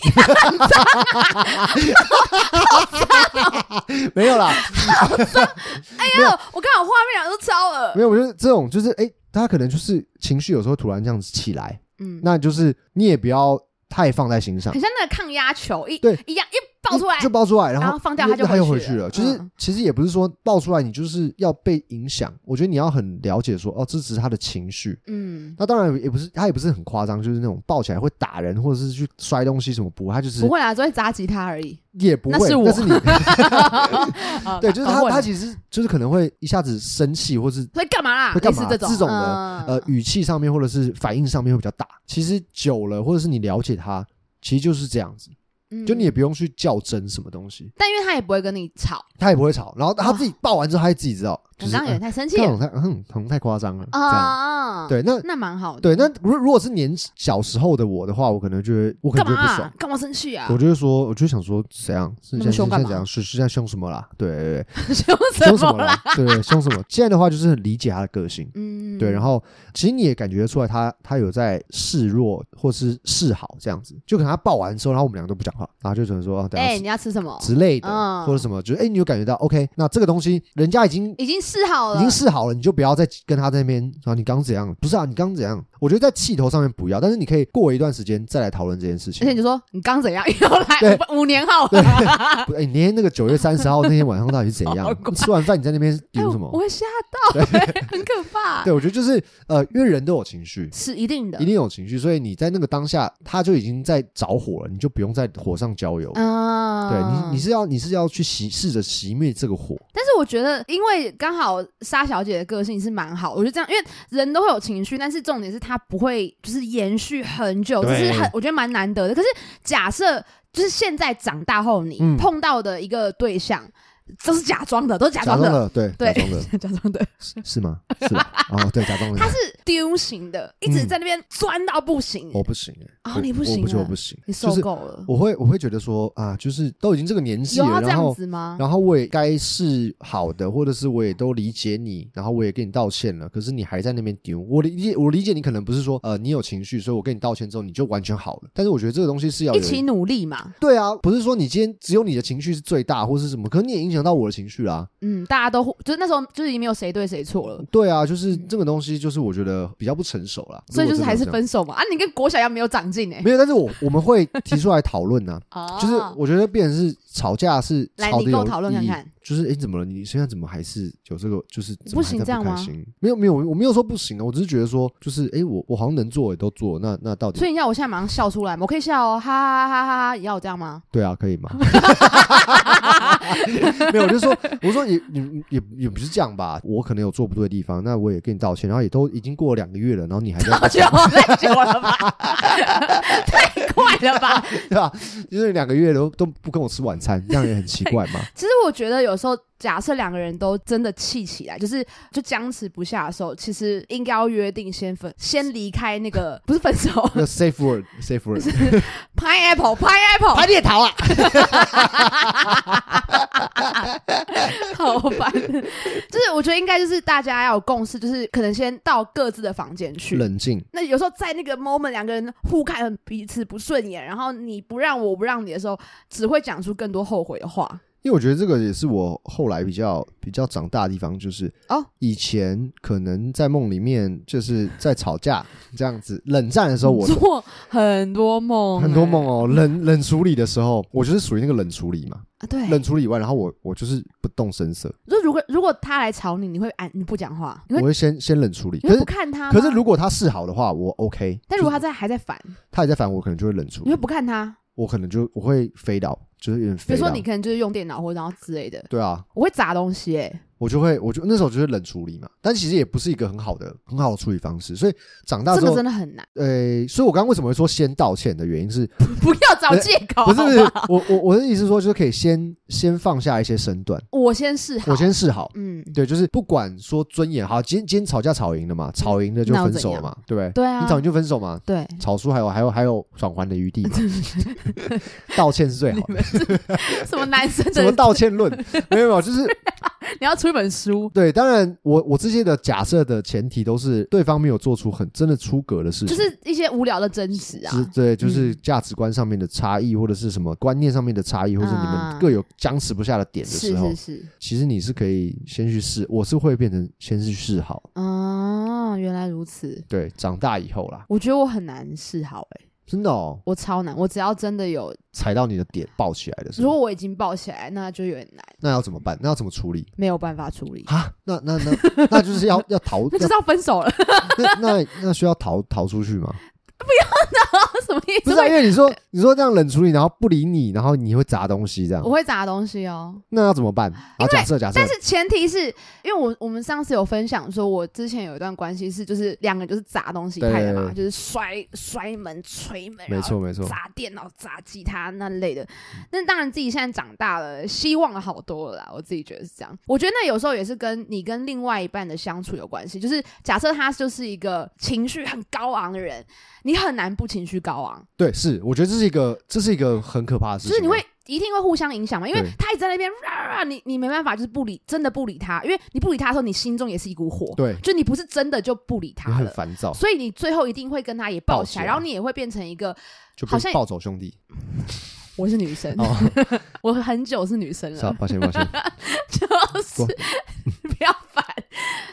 C: 要，没有啦，
B: 哎呦，我刚好画面两都超恶，
C: 没有，我觉得这种就是，哎、他可能就是情绪有时候突然这样子起来，
B: 嗯，
C: 那就是你也不要太放在心上
B: 很，像那个抗压球，一
C: 对
B: 一样一爆出来
C: 就，爆出来，然
B: 然
C: 后
B: 后放掉它就
C: 又又回
B: 回
C: 去
B: 去
C: 了。
B: 了
C: 就是
B: 嗯
C: 其实也不是说爆出来，你就是要被影响。我觉得你要很了解说，哦，这只是他的情绪。
B: 嗯，
C: 那当然也不是，他也不是很夸张，就是那种抱起来会打人或者是去摔东西什么，不，他就是
B: 不会啊，只会砸吉他而已，
C: 也不会，
B: 那是我
C: 你
B: 啊
C: 对，就是
B: 搞
C: 他
B: 混了
C: 他其实就是可能会一下子生气，或是
B: 会干嘛啦？
C: 会干嘛
B: 类似这种
C: 这种的
B: 嗯
C: 呃语气上面或者是反应上面会比较大。其实久了，或者是你了解他，其实就是这样子，就你也
B: 嗯
C: 不用去较真什么东西，
B: 但因为他也不会跟你吵，
C: 他也不会吵，然后他自己爆完之后，他也自己知道，就
B: 刚
C: 是
B: 刚有
C: 嗯
B: 点太生气
C: 这
B: 了
C: 种太嗯，可能太夸张了，这样
B: 啊，，
C: 对，那。
B: 哦那蛮好的。
C: 对，那如如果是年小时候的我的话，我可能就会，我可能
B: 干
C: 就会
B: 嘛
C: 不
B: 啊
C: 爽，
B: 干嘛生气啊？
C: 我就会说，我就想说怎样，是现
B: 那么
C: 在
B: 凶
C: 现在
B: 干嘛
C: 怎样，是是在凶什么啦？对对
B: 凶
C: 对， 凶
B: 什
C: 什么
B: 么啦？
C: 啦？对对，凶什么？现在的话就是很理解他的个性，
B: 嗯，
C: 对，然后其实你也感觉出来他他有在示弱或是示好这样子，就可能他抱完之后，然后我们两个都不讲话，然后就只能说啊，等下
B: 哎，
C: 吃
B: 你要吃什么？
C: 之类的，
B: 嗯
C: 或者什么，就是哎、你有感觉到 OK，那这个东西人家已经
B: 已经试好
C: 已
B: 了，
C: 经试好了，你就不要再跟他在那边说你刚怎样，不是啊，你刚怎样？我觉得在气头上面不要，但是你可以过一段时间再来讨论这件事
B: 而
C: 情
B: 且你。就说你刚怎样又
C: 对
B: 来五五年后
C: 对，不哎、你那天那个九月三十号那天晚上到底是怎
B: 好
C: 样？
B: 怪
C: 吃完饭你在那边
B: 哎
C: 丢
B: 我
C: 什么
B: 我？会吓到，哎 很可怕。
C: 对，我觉得就是呃，因为人都有情绪，
B: 是一定的
C: 一，定有情绪，所以你在那个当下，他就已经在着火了，你就不用在火上浇油。
B: 啊
C: 对你，你是要你是要去熄试着熄灭这个火，
B: 但是我觉得，因为刚好沙小姐的个性是蛮好，我觉得这样，因为人都会有情绪，但是重点是她不会就是延续很久，这
C: 对
B: 是很我觉得蛮难得的。可是假设就是现在长大后你
C: 嗯
B: 碰到的一个对象，都是假装的，都是假
C: 假
B: 装
C: 装
B: 的，
C: 的，对，假
B: 对
C: 装的，
B: 假装的，
C: 是是吗？是 吧？哦，对，假装的
B: 她，是丢型的，一直在那边钻到不行。
C: 我不行哎、
B: 哦
C: 我
B: 你不
C: 我
B: 行
C: 不觉得我
B: 啊
C: 不行，
B: 你
C: 就
B: 受
C: 是
B: 够了，
C: 我会我会觉得说啊，就是都已经这个年纪
B: 有啊
C: 了，
B: 要这
C: 然
B: 样
C: 后
B: 子吗？
C: 然后我也该是好的，或者是我也都理解你，然后我也跟你道歉了，可是你还在那边丢。我理解我理解你可能不是说呃你有情绪，所以我跟你道歉之后你就完全好了，但是我觉得这个东西是要
B: 一
C: 有
B: 起努力嘛，
C: 对啊，不是说你今天只有你的情绪是最大或是什么，可是你也影响到我的情绪啦。
B: 嗯，大家都互就是那时候就是已经没有谁对谁错了。
C: 对啊，就是这个东西，就是我觉得比较不成熟啦。
B: 嗯所以就是还是
C: 如果真的
B: 分手嘛啊！你跟国小一样没有长进哎、
C: 这样没有，但是我我们会提出来讨论啊呐。
B: 哦
C: 就是我觉得变成是吵架是
B: 来
C: 吵的
B: 你跟
C: 有
B: 我讨论
C: 意
B: 看
C: 义
B: 看，
C: 就是哎、诶怎么了？你现在怎么还是有这个？就是怎么
B: 不
C: 还
B: 行
C: 在
B: 这样
C: 开
B: 吗
C: 心？没有没有，我没有说不行啊，我只是觉得说就是哎、诶我我好像能做也都做，那那到底
B: 所以你要我现在马上笑出来吗？我可以笑哦，哈哈哈哈哈！你要我这样吗？
C: 对啊，可以 吗？没有，我就说，我说也你也也不是这样吧，我可能有做不对的地方，那我也跟你道歉，然后也都已经过了两个月了，然后你还在
B: 太久太久了吧， 太快了吧！
C: 对吧？就是两个月都都不跟我吃晚餐，这样也很奇怪嘛。
B: 其实我觉得有时候，假设两个人都真的气起来，就是就僵持不下的时候，其实应该要约定先分，先离开那个不是分手
C: 那 safe word，safe word，
B: ，pineapple pineapple，
C: 烈逃啊！
B: 好烦。就是我觉得应该就是大家要有共识，就是可能先到各自的房间去，
C: 冷静，
B: 那有时候在那个 moment 两个人互看彼此不顺眼，然后你不让我我不让你的时候，只会讲出更多后悔的话。
C: 因因为我觉得这个也是我后来比较比较长大的地方，就是
B: 哦，
C: 以前可能在梦里面就是在吵架这样子，冷战的时候我
B: 做很多梦欸、
C: 很多梦哦，冷冷处理的时候，我就是属于那个冷处理嘛，
B: 啊。对，
C: 冷处理以外，然后我我就是不动声色，
B: 就如果如果他来吵你，你会安你不讲话，你
C: 我
B: 会
C: 会先先冷处理。
B: 你
C: 可
B: 会不
C: 是
B: 看他吗。
C: 可是如果他示好的话，我 OK。
B: 但如果
C: 就是
B: 他在还在烦，
C: 他也在烦我，可能就会冷处
B: 你
C: 理
B: 会，不看他。
C: 我可能就我会飞到，就是有点
B: 比
C: 飞
B: 如
C: 到
B: 说。你可能就是用电脑或者然后之类的，
C: 对啊，
B: 我会砸东西、欸。
C: 我就会，我就那时候就是冷处理嘛，但其实也不是一个很好的、很好的处理方式。所以长大
B: 这
C: 之
B: 个
C: 后
B: 真，的很难，
C: 呃，所以我刚刚为什么会说先道歉的原因是，
B: 不要找借口。
C: 不是不
B: 好
C: 是
B: 吧，
C: 我我我的意思是说，就是可以先先放下一些身段，
B: 我先示好，
C: 我先示好。
B: 嗯，
C: 对，就是不管说尊严，好，今天今天吵架吵赢了嘛，吵赢了就
B: 那又
C: 分
B: 怎
C: 手了嘛，对不对？
B: 对啊
C: 你吵赢就分手嘛，
B: 对，
C: 吵输还有还有还有转圜的余 地嘛，道歉是最好的。
B: 什么男生
C: 什么
B: 的，
C: 道歉论？没有没有，就是
B: 你要出一本书，
C: 对，当然我我这些的假设的前提都是对方没有做出很真的出格的事
B: 就
C: 情，
B: 是一些无聊的争执啊
C: 是。对，就是价值观上面的差异，或者是什么观念上面的差异，或者是你
B: 啊
C: 们各有僵持不下的点的
B: 是
C: 时候
B: 是，是，
C: 其实你是可以先去试，我是会变成先去示好，
B: 哦，原来如此。
C: 对，长大以后啦，
B: 我觉得我很难示好、欸，
C: 真的哦，
B: 我超难。我只要真的有，
C: 踩到你的点爆起来的时
B: 如
C: 候，
B: 果我已经抱起来，那就有点难，
C: 那要怎么办？那要怎么处理？
B: 没有办法处理，
C: 啊，那那 那那就是要要逃，
B: 那就
C: 要
B: 是要分手了。
C: 那那那需要逃逃出去吗？
B: 什么意
C: 不
B: 思？
C: 是、啊，
B: 会
C: 因为你说你说这样冷处理，然后不理你，然后你会砸东西这样
B: 我，会砸东西哦，
C: 那要怎么办？啊，假设假设
B: 但，是前提是因为我我们上次有分享说，我之前有一段关系是就是两个人就是砸东西
C: 对
B: 派的嘛，
C: 对对
B: 就是摔摔门、捶门，
C: 没
B: 然后
C: 错没错，
B: 砸电脑、砸吉他那类的。那当然自己现在长大了，希望好多了啦。我自己觉得是这样。我觉得那有时候也是跟你跟另外一半的相处有关系。就是假设他就是一个情绪很高昂的人，你很难不情绪高昂，
C: 对，是，我觉得这是一个这是一个很可怕的事
B: 就
C: 情啊，
B: 是你会。一定会互相影响嘛，因为
C: 对
B: 他一直在那边，啊、你你没办法，就是不理，真的不理他，因为你不理他的时候，你心中也是一股火，
C: 对，
B: 就你不是真的就不理
C: 你
B: 他
C: 很
B: 了，
C: 烦躁，
B: 所以你最后一定会跟他也抱
C: 抱
B: 起
C: 起
B: 来，
C: 来
B: 然后你也会变成一个
C: 就
B: 好
C: 变
B: 像呃
C: 暴走兄弟
B: 我是女生，
C: 哦，
B: 我很久是女生
C: 是啊
B: 了，
C: 抱歉抱歉，
B: 就是
C: 我
B: 不要烦。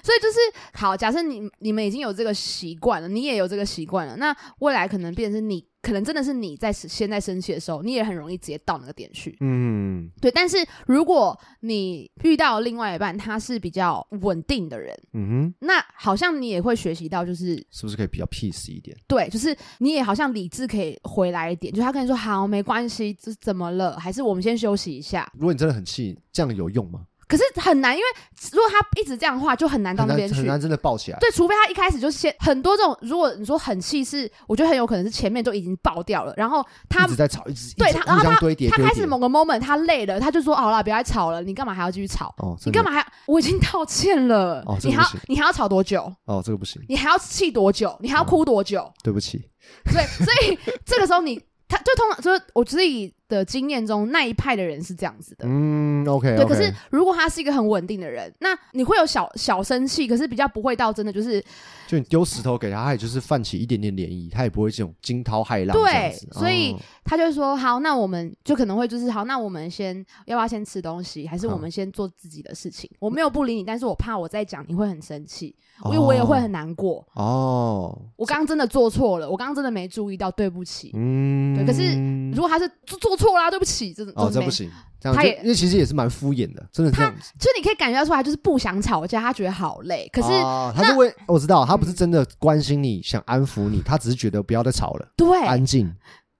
B: 所以就是好，假设你你们已经有这个习惯了，你也有这个习惯了，那未来可能变成是你，可能真的是你在现在生气的时候，你也很容易直接到那个点去。
C: 嗯，
B: 对，但是如果你遇到另外一半，他是比较稳定的人，
C: 嗯哼，
B: 那好像你也会学习到，就是
C: 是不是可以比较 peace 一点？
B: 对，就是你也好像理智可以回来一点，就他跟你说好，没关系，这怎么了？还是我们先休息一下。
C: 如果你真的很气，这样有用吗？
B: 可是很难，因为如果他一直这样的话，就很难到
C: 很
B: 那
C: 难
B: 边去
C: 很。难真的抱起来，
B: 对，除非他一开始就先很多这种，如果你说很气是，我觉得很有可能是前面就已经爆掉了，然后他
C: 一直在吵，一直
B: 对
C: 一直
B: 他然
C: 互
B: 后
C: 相堆叠
B: 他
C: 堆
B: 开
C: 叠
B: 始，某个 moment 他累了，他就说好了，不要再吵了，你干嘛还要继续吵？
C: 哦，
B: 你
C: 真的
B: 干嘛还要？我已经道歉了，
C: 哦这
B: 你
C: 个
B: 还要
C: 不行
B: 你还要吵多久？
C: 哦，这个不行，
B: 你还要气多久？你还要
C: 嗯
B: 哭多久？
C: 对不起，
B: 所以，所 以这个时候你，他就通常就是我自己的经验中，那一派的人是这样子的。
C: 嗯，OK，
B: 对可是如果他是一个很稳定的人，那你会有小小生气，可是比较不会到真的就是
C: 就你丢石头给他，他也就是泛起一点点涟漪，他也不会这种惊涛骇浪
B: 对
C: 这样子。
B: 所以
C: 哦
B: 他就会说好，那我们就可能会就是好，那我们先要不要先吃东西，还是我们先做自己的事情？我没有不理你，但是我怕我再讲你会很生气，因为我也会很难过。
C: 哦，
B: 我刚刚真的做错了，我刚刚真的没注意到，对不起。
C: 嗯，
B: 对可是如果他是做做错啦，对不起，这种
C: 哦，这
B: 这
C: 不
B: 不
C: 行，这样
B: 他
C: 就
B: 也
C: 因为其实也是蛮敷衍的，真的是这样子。
B: 就你可以感觉到出来，就是不想吵架，他觉得好累。可是，
C: 哦他是为我知道，他不是真的关心你，想安抚你，他只是觉得不要再吵了，
B: 嗯对
C: 安静，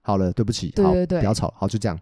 C: 好了，对不起，
B: 对
C: 好
B: 对对
C: 不要吵了，好，就这样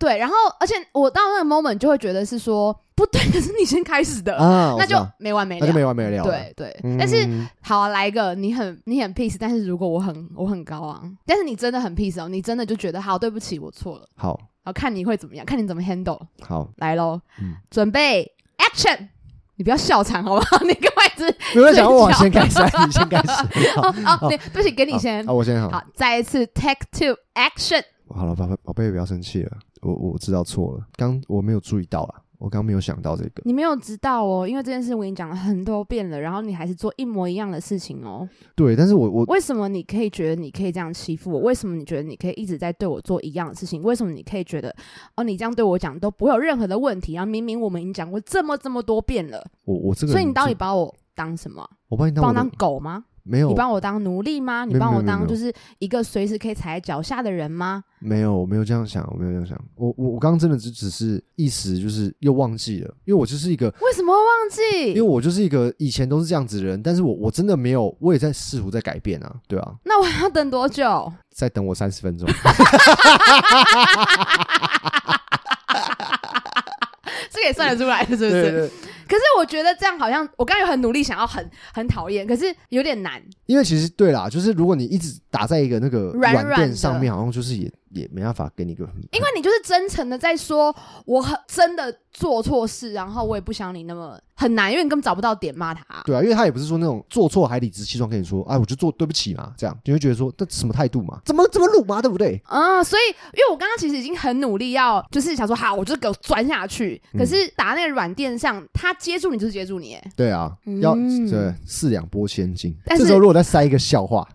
B: 对，然后而且我到那个 moment 就会觉得是说不对，可是你先开始的，
C: 啊，
B: 呃那
C: 我知
B: 就
C: 道
B: 没完
C: 那
B: 没了。
C: 就没完没了了。
B: 对对，
C: 嗯，
B: 但是好、啊、来一个，你很你很 peace，但是如果我很我很高昂，但是你真的很 peace 哦，你真的就觉得好，对不起，我错了，
C: 好
B: 然后看你会怎么样，看你怎么 handle，
C: 好，
B: 来喽，
C: 嗯
B: 准备 action，你不要笑场好不 好？你干嘛一直
C: 没有想
B: 睡
C: 我
B: 觉
C: 先开始， 你先开 始，好
B: 哦哦，对，对不起，给你
C: 好
B: 先
C: 啊啊，，我先好，
B: 好，再一次 take two action。
C: 好了，宝贝，宝贝，不要生气了，我我知道错了，刚我没有注意到啦，啊我刚没有想到这个，
B: 你没有知道哦，因为这件事我跟你讲了很多遍了，然后你还是做一模一样的事情哦。
C: 对，但是我我
B: 为什么你可以觉得你可以这样欺负我？为什么你觉得你可以一直在对我做一样的事情？为什么你可以觉得哦，你这样对我讲都不会有任何的问题？然后明明我们已经讲过这么这么多遍了，
C: 我我这个人就，
B: 所以你到底把我当什么？
C: 我把你当
B: 把我
C: 我的
B: 当狗吗？
C: 没有
B: 你把我当奴隶吗？
C: 没
B: 你
C: 有
B: 把
C: 没
B: 我
C: 有没有
B: 当
C: 没有
B: 就是一个随时可以踩在脚下的人吗？
C: 没有，我没有这样想，我没有这样想。我我我刚刚真的只只是一时就是又忘记了，因为我就是一个，
B: 为什么会忘
C: 因为
B: 记？
C: 我就是一个以前都是这样子的人，但是我我真的没有，我也在试图在改变啊，对啊，
B: 那我还要等多久？
C: 再等我三十 分钟，
B: 这个也算得出来的，是不是？
C: 对对对，
B: 可是我觉得这样好像，我刚才有很努力想要很很讨厌，可是有点难。
C: 因为其实对啦，就是如果你一直打在一个那个
B: 软软
C: 软
B: 的
C: 垫上面，好像就是也也没办法给你一个很，
B: 因为你就是真诚的在说，我很真的做错事，然后我也不想你那么很难，因为你根本找不到点骂他。
C: 对啊，因为他也不是说那种做错还理直气壮跟你说，哎，我就做对不起嘛，这样你会觉得说这什么态度嘛，怎么怎么辱嘛，对不对？
B: 嗯，所以因为我刚刚其实已经很努力要，就是想说好，我就给我钻下去。
C: 嗯
B: 可是打那个软垫上，他接住你就是接住你， 哎
C: 对啊，要
B: 嗯
C: 对四两拨千斤。
B: 但
C: 这
B: 是
C: 时候如果再塞一个笑话，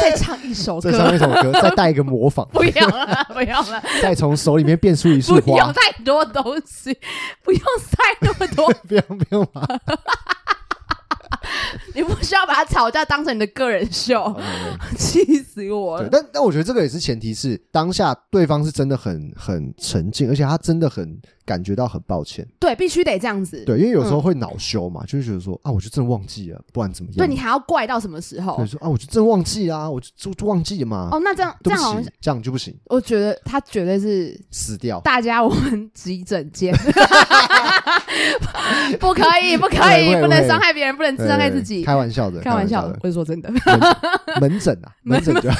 B: 再唱 一首
C: 再唱
B: 歌，
C: 一首歌，再带一个模仿，
B: 不要 了，不要了，
C: 再从手里面变出一束
B: 不用
C: 花，
B: 太多东西，不用塞那么多
C: 不用不用嘛。
B: 你不需要把他吵架当成你的个人
C: 哦
B: 秀，气死我
C: 对，
B: 了！
C: 但但我觉得这个也是前提是当下对方是真的很很沉静，而且他真的很感觉到很抱歉。
B: 对，嗯必须得这样子。
C: 对，因为有时候会恼羞嘛，就是觉得说啊，我就真的忘记了，不然怎么样？
B: 对，你还要怪到什么时候
C: 对？说啊，我就真的忘记啊，我就就就忘记了嘛。
B: 哦，那这样这
C: 对
B: 样好
C: 不
B: 像
C: 起，，这样就不行，
B: 我觉得他绝对是
C: 死掉。
B: 大家我们 急诊间，不可以，不可
C: 对
B: 以，
C: 不会
B: 不
C: 不
B: 能
C: 会
B: 伤害别人，不能
C: 对
B: 伤害
C: 对
B: 自己。
C: 开玩笑的，
B: 开玩笑
C: 的，
B: 我是说 真的，
C: 门诊 啊，门诊就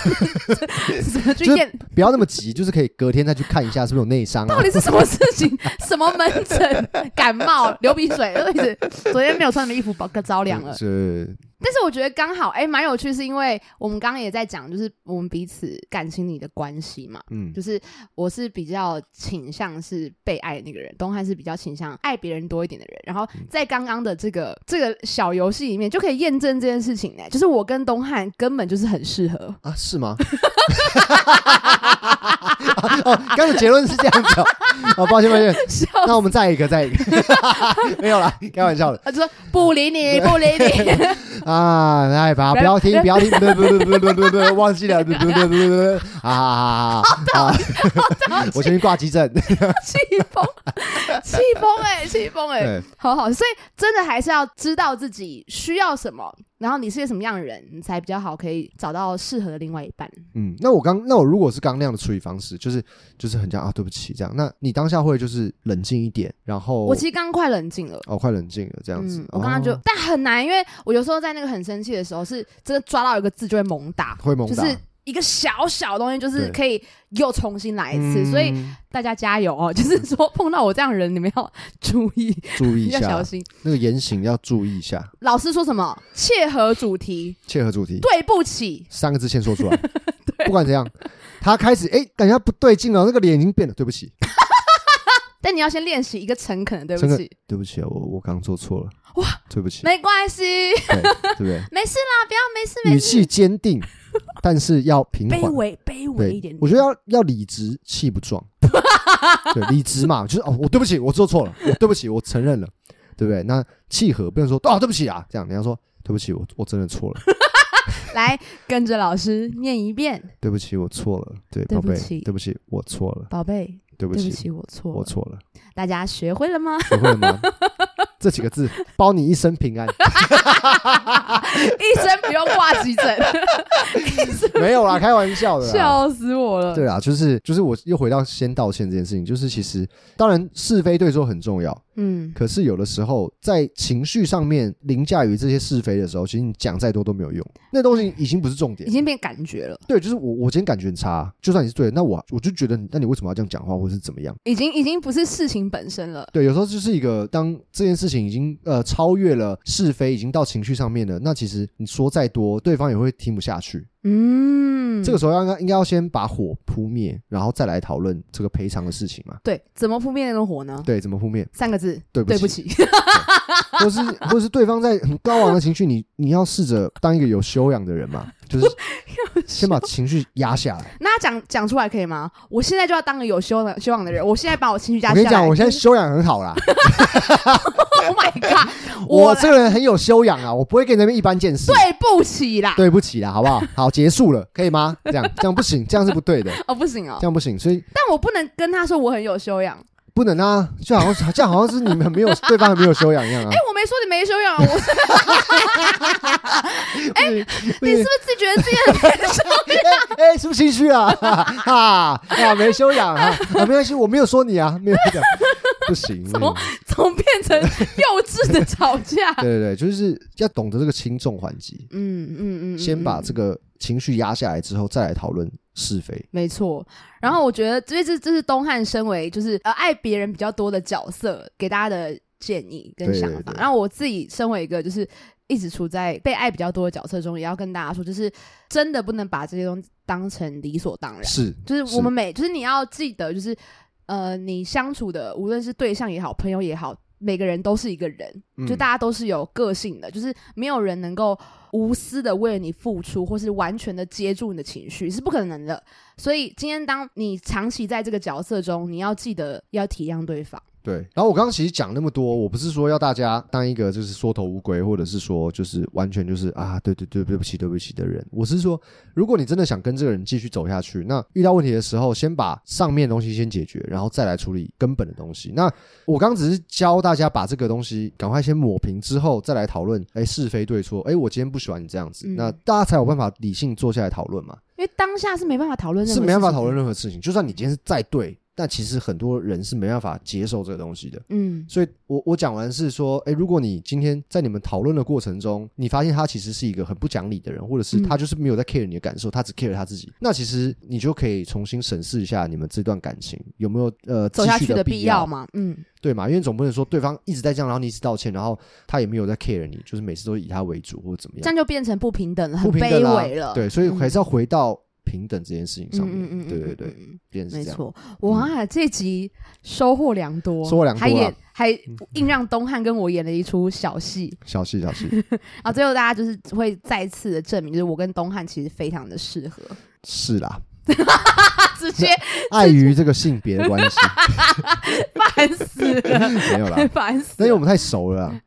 B: 去
C: 就是
B: 验
C: 不要那么急，就是可以隔天再去看一下是不是有内伤啊
B: 到。底是什么事情？ 什么门诊、感冒、流鼻水，一直昨天没有穿你们衣服，把着凉了。
C: 是
B: 但是我觉得刚好，哎、蛮有趣，是因为我们刚刚也在讲，就是我们彼此感情里的关系嘛。
C: 嗯，
B: 就是我是比较倾向是被爱的那个人，东汉是比较倾向爱别人多一点的人。然后在刚刚的这个这个小游戏里面，就可以验证这件事情呢、就是我跟东汉根本就是很适合。
C: 啊，是吗？ 哦，刚刚的结论是这样子 哦。哦，抱歉抱歉，
B: 笑
C: 那我们再一个再一个， 没有啦，开玩笑的
B: 他就说不理你，不理你，
C: 啊，来吧，不要听不要听， 不不不不不不，忘记了，不不不不不，啊，好 我先去挂急诊。
B: 气疯，气疯哎，气疯哎，
C: 对，
B: 好好，所以真的还是要知道自己需要什么，然后你是个什么样的人，你才比较好可以找到适合的另外一半。
C: 嗯，那我刚那我如果是刚刚那样的处理方式，就是就是很这样啊，对不起这样。那你当下会就是冷静一点，然后
B: 我其实刚快冷静了。
C: 哦快冷静了这样子
B: 嗯，，我刚刚就，
C: 哦
B: 但很难，因为我有时候在那个很生气的时候，是真的抓到一个字就会猛打，
C: 会猛
B: 就
C: 打，
B: 是一个小小的东西，就是
C: 对
B: 可以又重新来一次。
C: 嗯
B: 哎所以大家加油哦！ 就是说碰到我这样的人，你们要 注意，
C: 注意一
B: 要
C: 下
B: 小，心。
C: 那个言行要注意一下，
B: 老师说什么？切合主题，
C: 切合主题。
B: 对不起，
C: 三个字先说出 来，不管怎样，他开始哎、感觉他不对劲了，那个脸已经变了，对不起，
B: 但你要先练习一个诚恳的对不
C: 诚
B: 起，
C: 对不起啊，我我刚做错了，
B: 哇，
C: 对不起，
B: 没关系。
C: 对对不对？
B: 没事啦，不要没事
C: 语
B: 没事，
C: 气坚 定，但是要平
B: 卑
C: 缓，
B: 微卑微一点
C: 嗯对，我觉得要要理直气不 壮，对，理直嘛，就是哦，我对不起，我做错了，我对不起，我承认了，对不对？那契合不能说哦，对不起啊，这样你要说对不起，我我真的错了，
B: 来跟着老师念一遍，
C: 对不起，我错了，对，
B: 对
C: 宝
B: 不
C: 贝
B: 起，
C: 对不起，我错了，
B: 宝贝，
C: 对不
B: 对
C: 起，
B: 不起，我错
C: 我
B: 了。
C: 错了。
B: 大家学会了吗？
C: 学会了 吗？这几个字包你一生平安。
B: 医生不用挂急诊，
C: 没有啦，开玩笑的啦。
B: 笑死我了。
C: 啊对啦，就是就是我又回到先道歉这件事情，就是其实当然是非对错很重要，
B: 嗯，
C: 可是有的时候在情绪上面凌驾于这些是非的时候，其实你讲再多都没有用，那东西已经不是重点
B: 已。经变感觉了，
C: 对，就是我我今天感觉很差，就算你是对的，那我我就觉得你，那你为什么要这样讲话，或是怎么样？
B: 已经已经不是事情本身了。
C: 对，有时候就是一个当这件事情已经呃超越了是非，已经到情绪上面了，那其实你说再多，对方也会听不下去。
B: 嗯，
C: 这个时候要应该应该要先把火扑灭，然后再来讨论这个赔偿的事情嘛。
B: 对，怎么扑灭那种火呢？
C: 对，怎么扑灭？
B: 三个字，
C: 对不
B: 对不
C: 起
B: 起，
C: 或是或是对方在很高昂的情绪，你你要试着当一个有修养的人嘛，就是先把情绪压下来。
B: 那讲讲出来可以吗？我现在就要当个有修养修养的人，我现在把我情绪压
C: 我
B: 下
C: 跟
B: 来。
C: 你讲，我 现在修养很好啦，
B: ，Oh my God，我
C: 我这个人很有修养啊，我不会跟你那边一般见识。
B: 对不起啦。
C: 对不起啦，好不好？好，结束了，可以吗？这样这样不行，这样是不 对的，
B: 哦，不行哦
C: 这，样不行，所以
B: 但我不能跟他说我很有修养。哎、
C: 不能啊，就好像这样好像是你们很没有对方很没有修养一 样啊。
B: 哎我没说你没修 养，哦我是
C: 哎，
B: 你是不是自己觉得自己很 没修养？
C: 哎、是不是心虚啊？哈啊，没修养啊啊，没关系，我没有说你啊，没有讲，不行。
B: 怎么怎么变成幼稚的吵架？
C: 嗯对对对，就是要懂得这个轻重缓急，
B: 嗯嗯嗯，嗯
C: 先把
B: 嗯
C: 这个情绪压下来之后，再来讨论是非。
B: 没错，然后我觉得，因为这这是东汉身为就是呃爱别人比较多的角色给大家的建议跟
C: 对
B: 想
C: 对
B: 法。
C: 对
B: 然后我自己身为一个就是一直处在被爱比较多的角色中，也要跟大家说，就是真的不能把这些东西当成理所当然。
C: 是，
B: 就是我们每，就是你要记得，就是呃，你相处的无论是对象也好，朋友也好，每个人都是一个人，
C: 嗯
B: 就大家都是有个性的，就是没有人能够无私的为了你付出，或是完全的接住你的情绪是不可能的。所以今天当你长期在这个角色中，你要记得要体谅对方。
C: 对。然后我刚刚其实讲那么多，我不是说要大家当一个就是缩头乌龟，或者是说就是完全就是啊，对对对，对不起对不起的人。我是说，如果你真的想跟这个人继续走下去，那遇到问题的时候，先把上面的东西先解决，然后再来处理根本的东西。那我刚刚只是教大家把这个东西赶快先抹平之后，再来讨论，哎，是非对错。哎，我今天不喜欢你这样子，
B: 嗯
C: 那大家才有办法理性坐下来讨论嘛。
B: 因为当下是没办法讨论任何
C: 是没办法
B: 事情的
C: 讨论。任何事情，就算你今天是再对，但其实很多人是没办法接受这个东西的。
B: 嗯
C: 所以我我讲完是说，诶，如果你今天在你们讨论的过程中，你发现他其实是一个很不讲理的人，或者是
B: 嗯
C: 他就是没有在 care 你的感受，他只 care 他自己，那其实你就可以重新审视一下你们这段感情有没有呃
B: 走下
C: 继
B: 去
C: 续
B: 的
C: 必
B: 必要嘛？嗯，
C: 对嘛？因为总不能说对方一直在这样，然后你一直道歉，然后他也没有在 care 你，就是每次都以他为主或者怎么
B: 这
C: 样，
B: 样就变成不平等了，很
C: 不平
B: 卑
C: 等啦
B: 微了。
C: 对，所以
B: 嗯
C: 还是要回到平等这件事情上面。
B: 嗯嗯嗯嗯
C: 对对
B: 嗯
C: 对
B: 嗯，嗯
C: 变成
B: 没
C: 是这样。嗯
B: 错，哇，这集收获良多，
C: 收获良多
B: 还
C: 啊
B: 演还硬让东汉跟我演了一出小戏
C: 小气小气，
B: 啊！最后大家就是会再次的证明，就是我跟东汉其实非常的适合，
C: 是啦，
B: 啊， 直接
C: 碍于这个性别的关 系，
B: 烦死 了，
C: 没有啦。
B: 烦死
C: 但因为
B: 了！
C: 我们太熟了啦，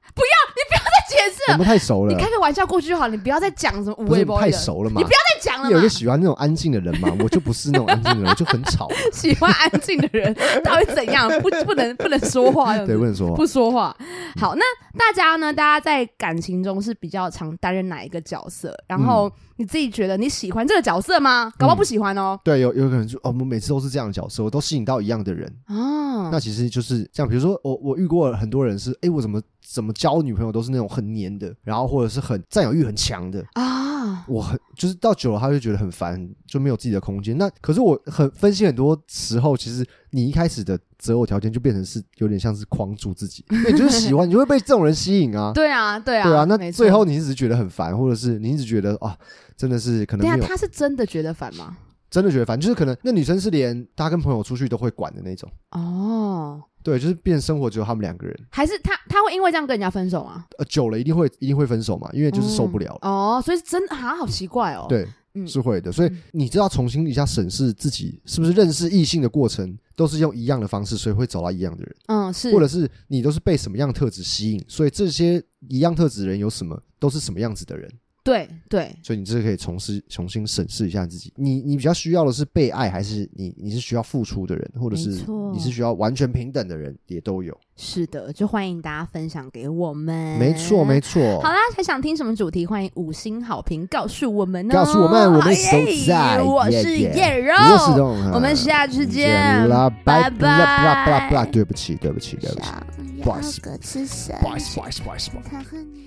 B: 再解释
C: 我
B: 了，
C: 们太熟
B: 啊你
C: 了，啊
B: 开个玩笑过去就好，你不要再讲什么无
C: 不是
B: 微
C: 我
B: 不
C: 们
B: 微
C: 太
B: 的，
C: 熟了嘛
B: 你不。再讲了
C: 有一
B: 嘛
C: 个。喜欢那种安静的人嘛，我就不是那种安静的人，我就很 吵嘛，
B: 喜欢安静的 人到底怎样？不不能不能说话，这样子
C: 对，不能说话
B: 不说话。好，那大家呢？大家在感情中是比较常担任哪一个角色？然
C: 嗯
B: 后你自己觉得你喜欢这个角色吗？搞不好不喜欢哦。
C: 对，有有可能就哦，我们每次都是这样的角色，我都吸引到一样的人。
B: 哦，
C: 那其实就是这样，比如说我我遇过很多人是，哎，我怎么怎么交女朋友都是那种很黏的，然后或者是很占有欲很强的，
B: 啊，
C: 我很就是到久了，他就觉得很烦，就没有自己的空间。那可是我很分析很多时候，其实你一开始的择偶条件就变成是有点像是框住自 己，因为你就是喜欢，你就会被这种人吸引啊。
B: 对啊，对啊，
C: 对啊，那
B: 没错
C: 最后。你一直觉得很烦，或者是你一直觉得啊，真的是可能
B: 对啊，
C: 没有
B: 他是真的觉得烦吗？
C: 真的觉得烦，就是可能那女生是连她跟朋友出去都会管的那种，
B: 哦，
C: 对，就是变成生活只有他们两个人，
B: 还是他他会因为这样跟人家分手吗？
C: 呃，久了一定会一定会分手嘛，因为就是受不了了，
B: 哦，所以真的啊，好奇怪哦。，
C: 对，
B: 嗯
C: 是会的，所以你就要重新一下审视自己是不是认识异性的过程都是用一样的方式，所以会找到一样的人，
B: 嗯，是
C: 或者是你都是被什么样的特质吸引，所以这些一样特质的人有什么都是什么样子的人，
B: 对对，
C: 所以你这可以重新重新审视一下自己，你你比较需要的是被爱，还是你你是需要付出的人，或者是
B: 没错嗯
C: 你是需要完全平等的人，也都有，
B: 是的，就欢迎大家分享给我们。
C: 没错没错
B: 好。啦，还想听什么主题？欢迎五星好评告诉我们哦。
C: 告诉我们我们
B: 好
C: 手
B: 耶
C: 在
B: 我
C: 耶
B: 是
C: 啊耶
B: 叶肉，
C: 我是哎董恒
B: 我们下次见
C: 嗯啦，拜
B: 拜拜
C: 拜，对不起，对不起，对不起。
A: 想
C: 不好
A: 要
C: 意思
A: 个吃神，
C: 不好意思，不好意思，不好意思，不好意思。
A: 他和你。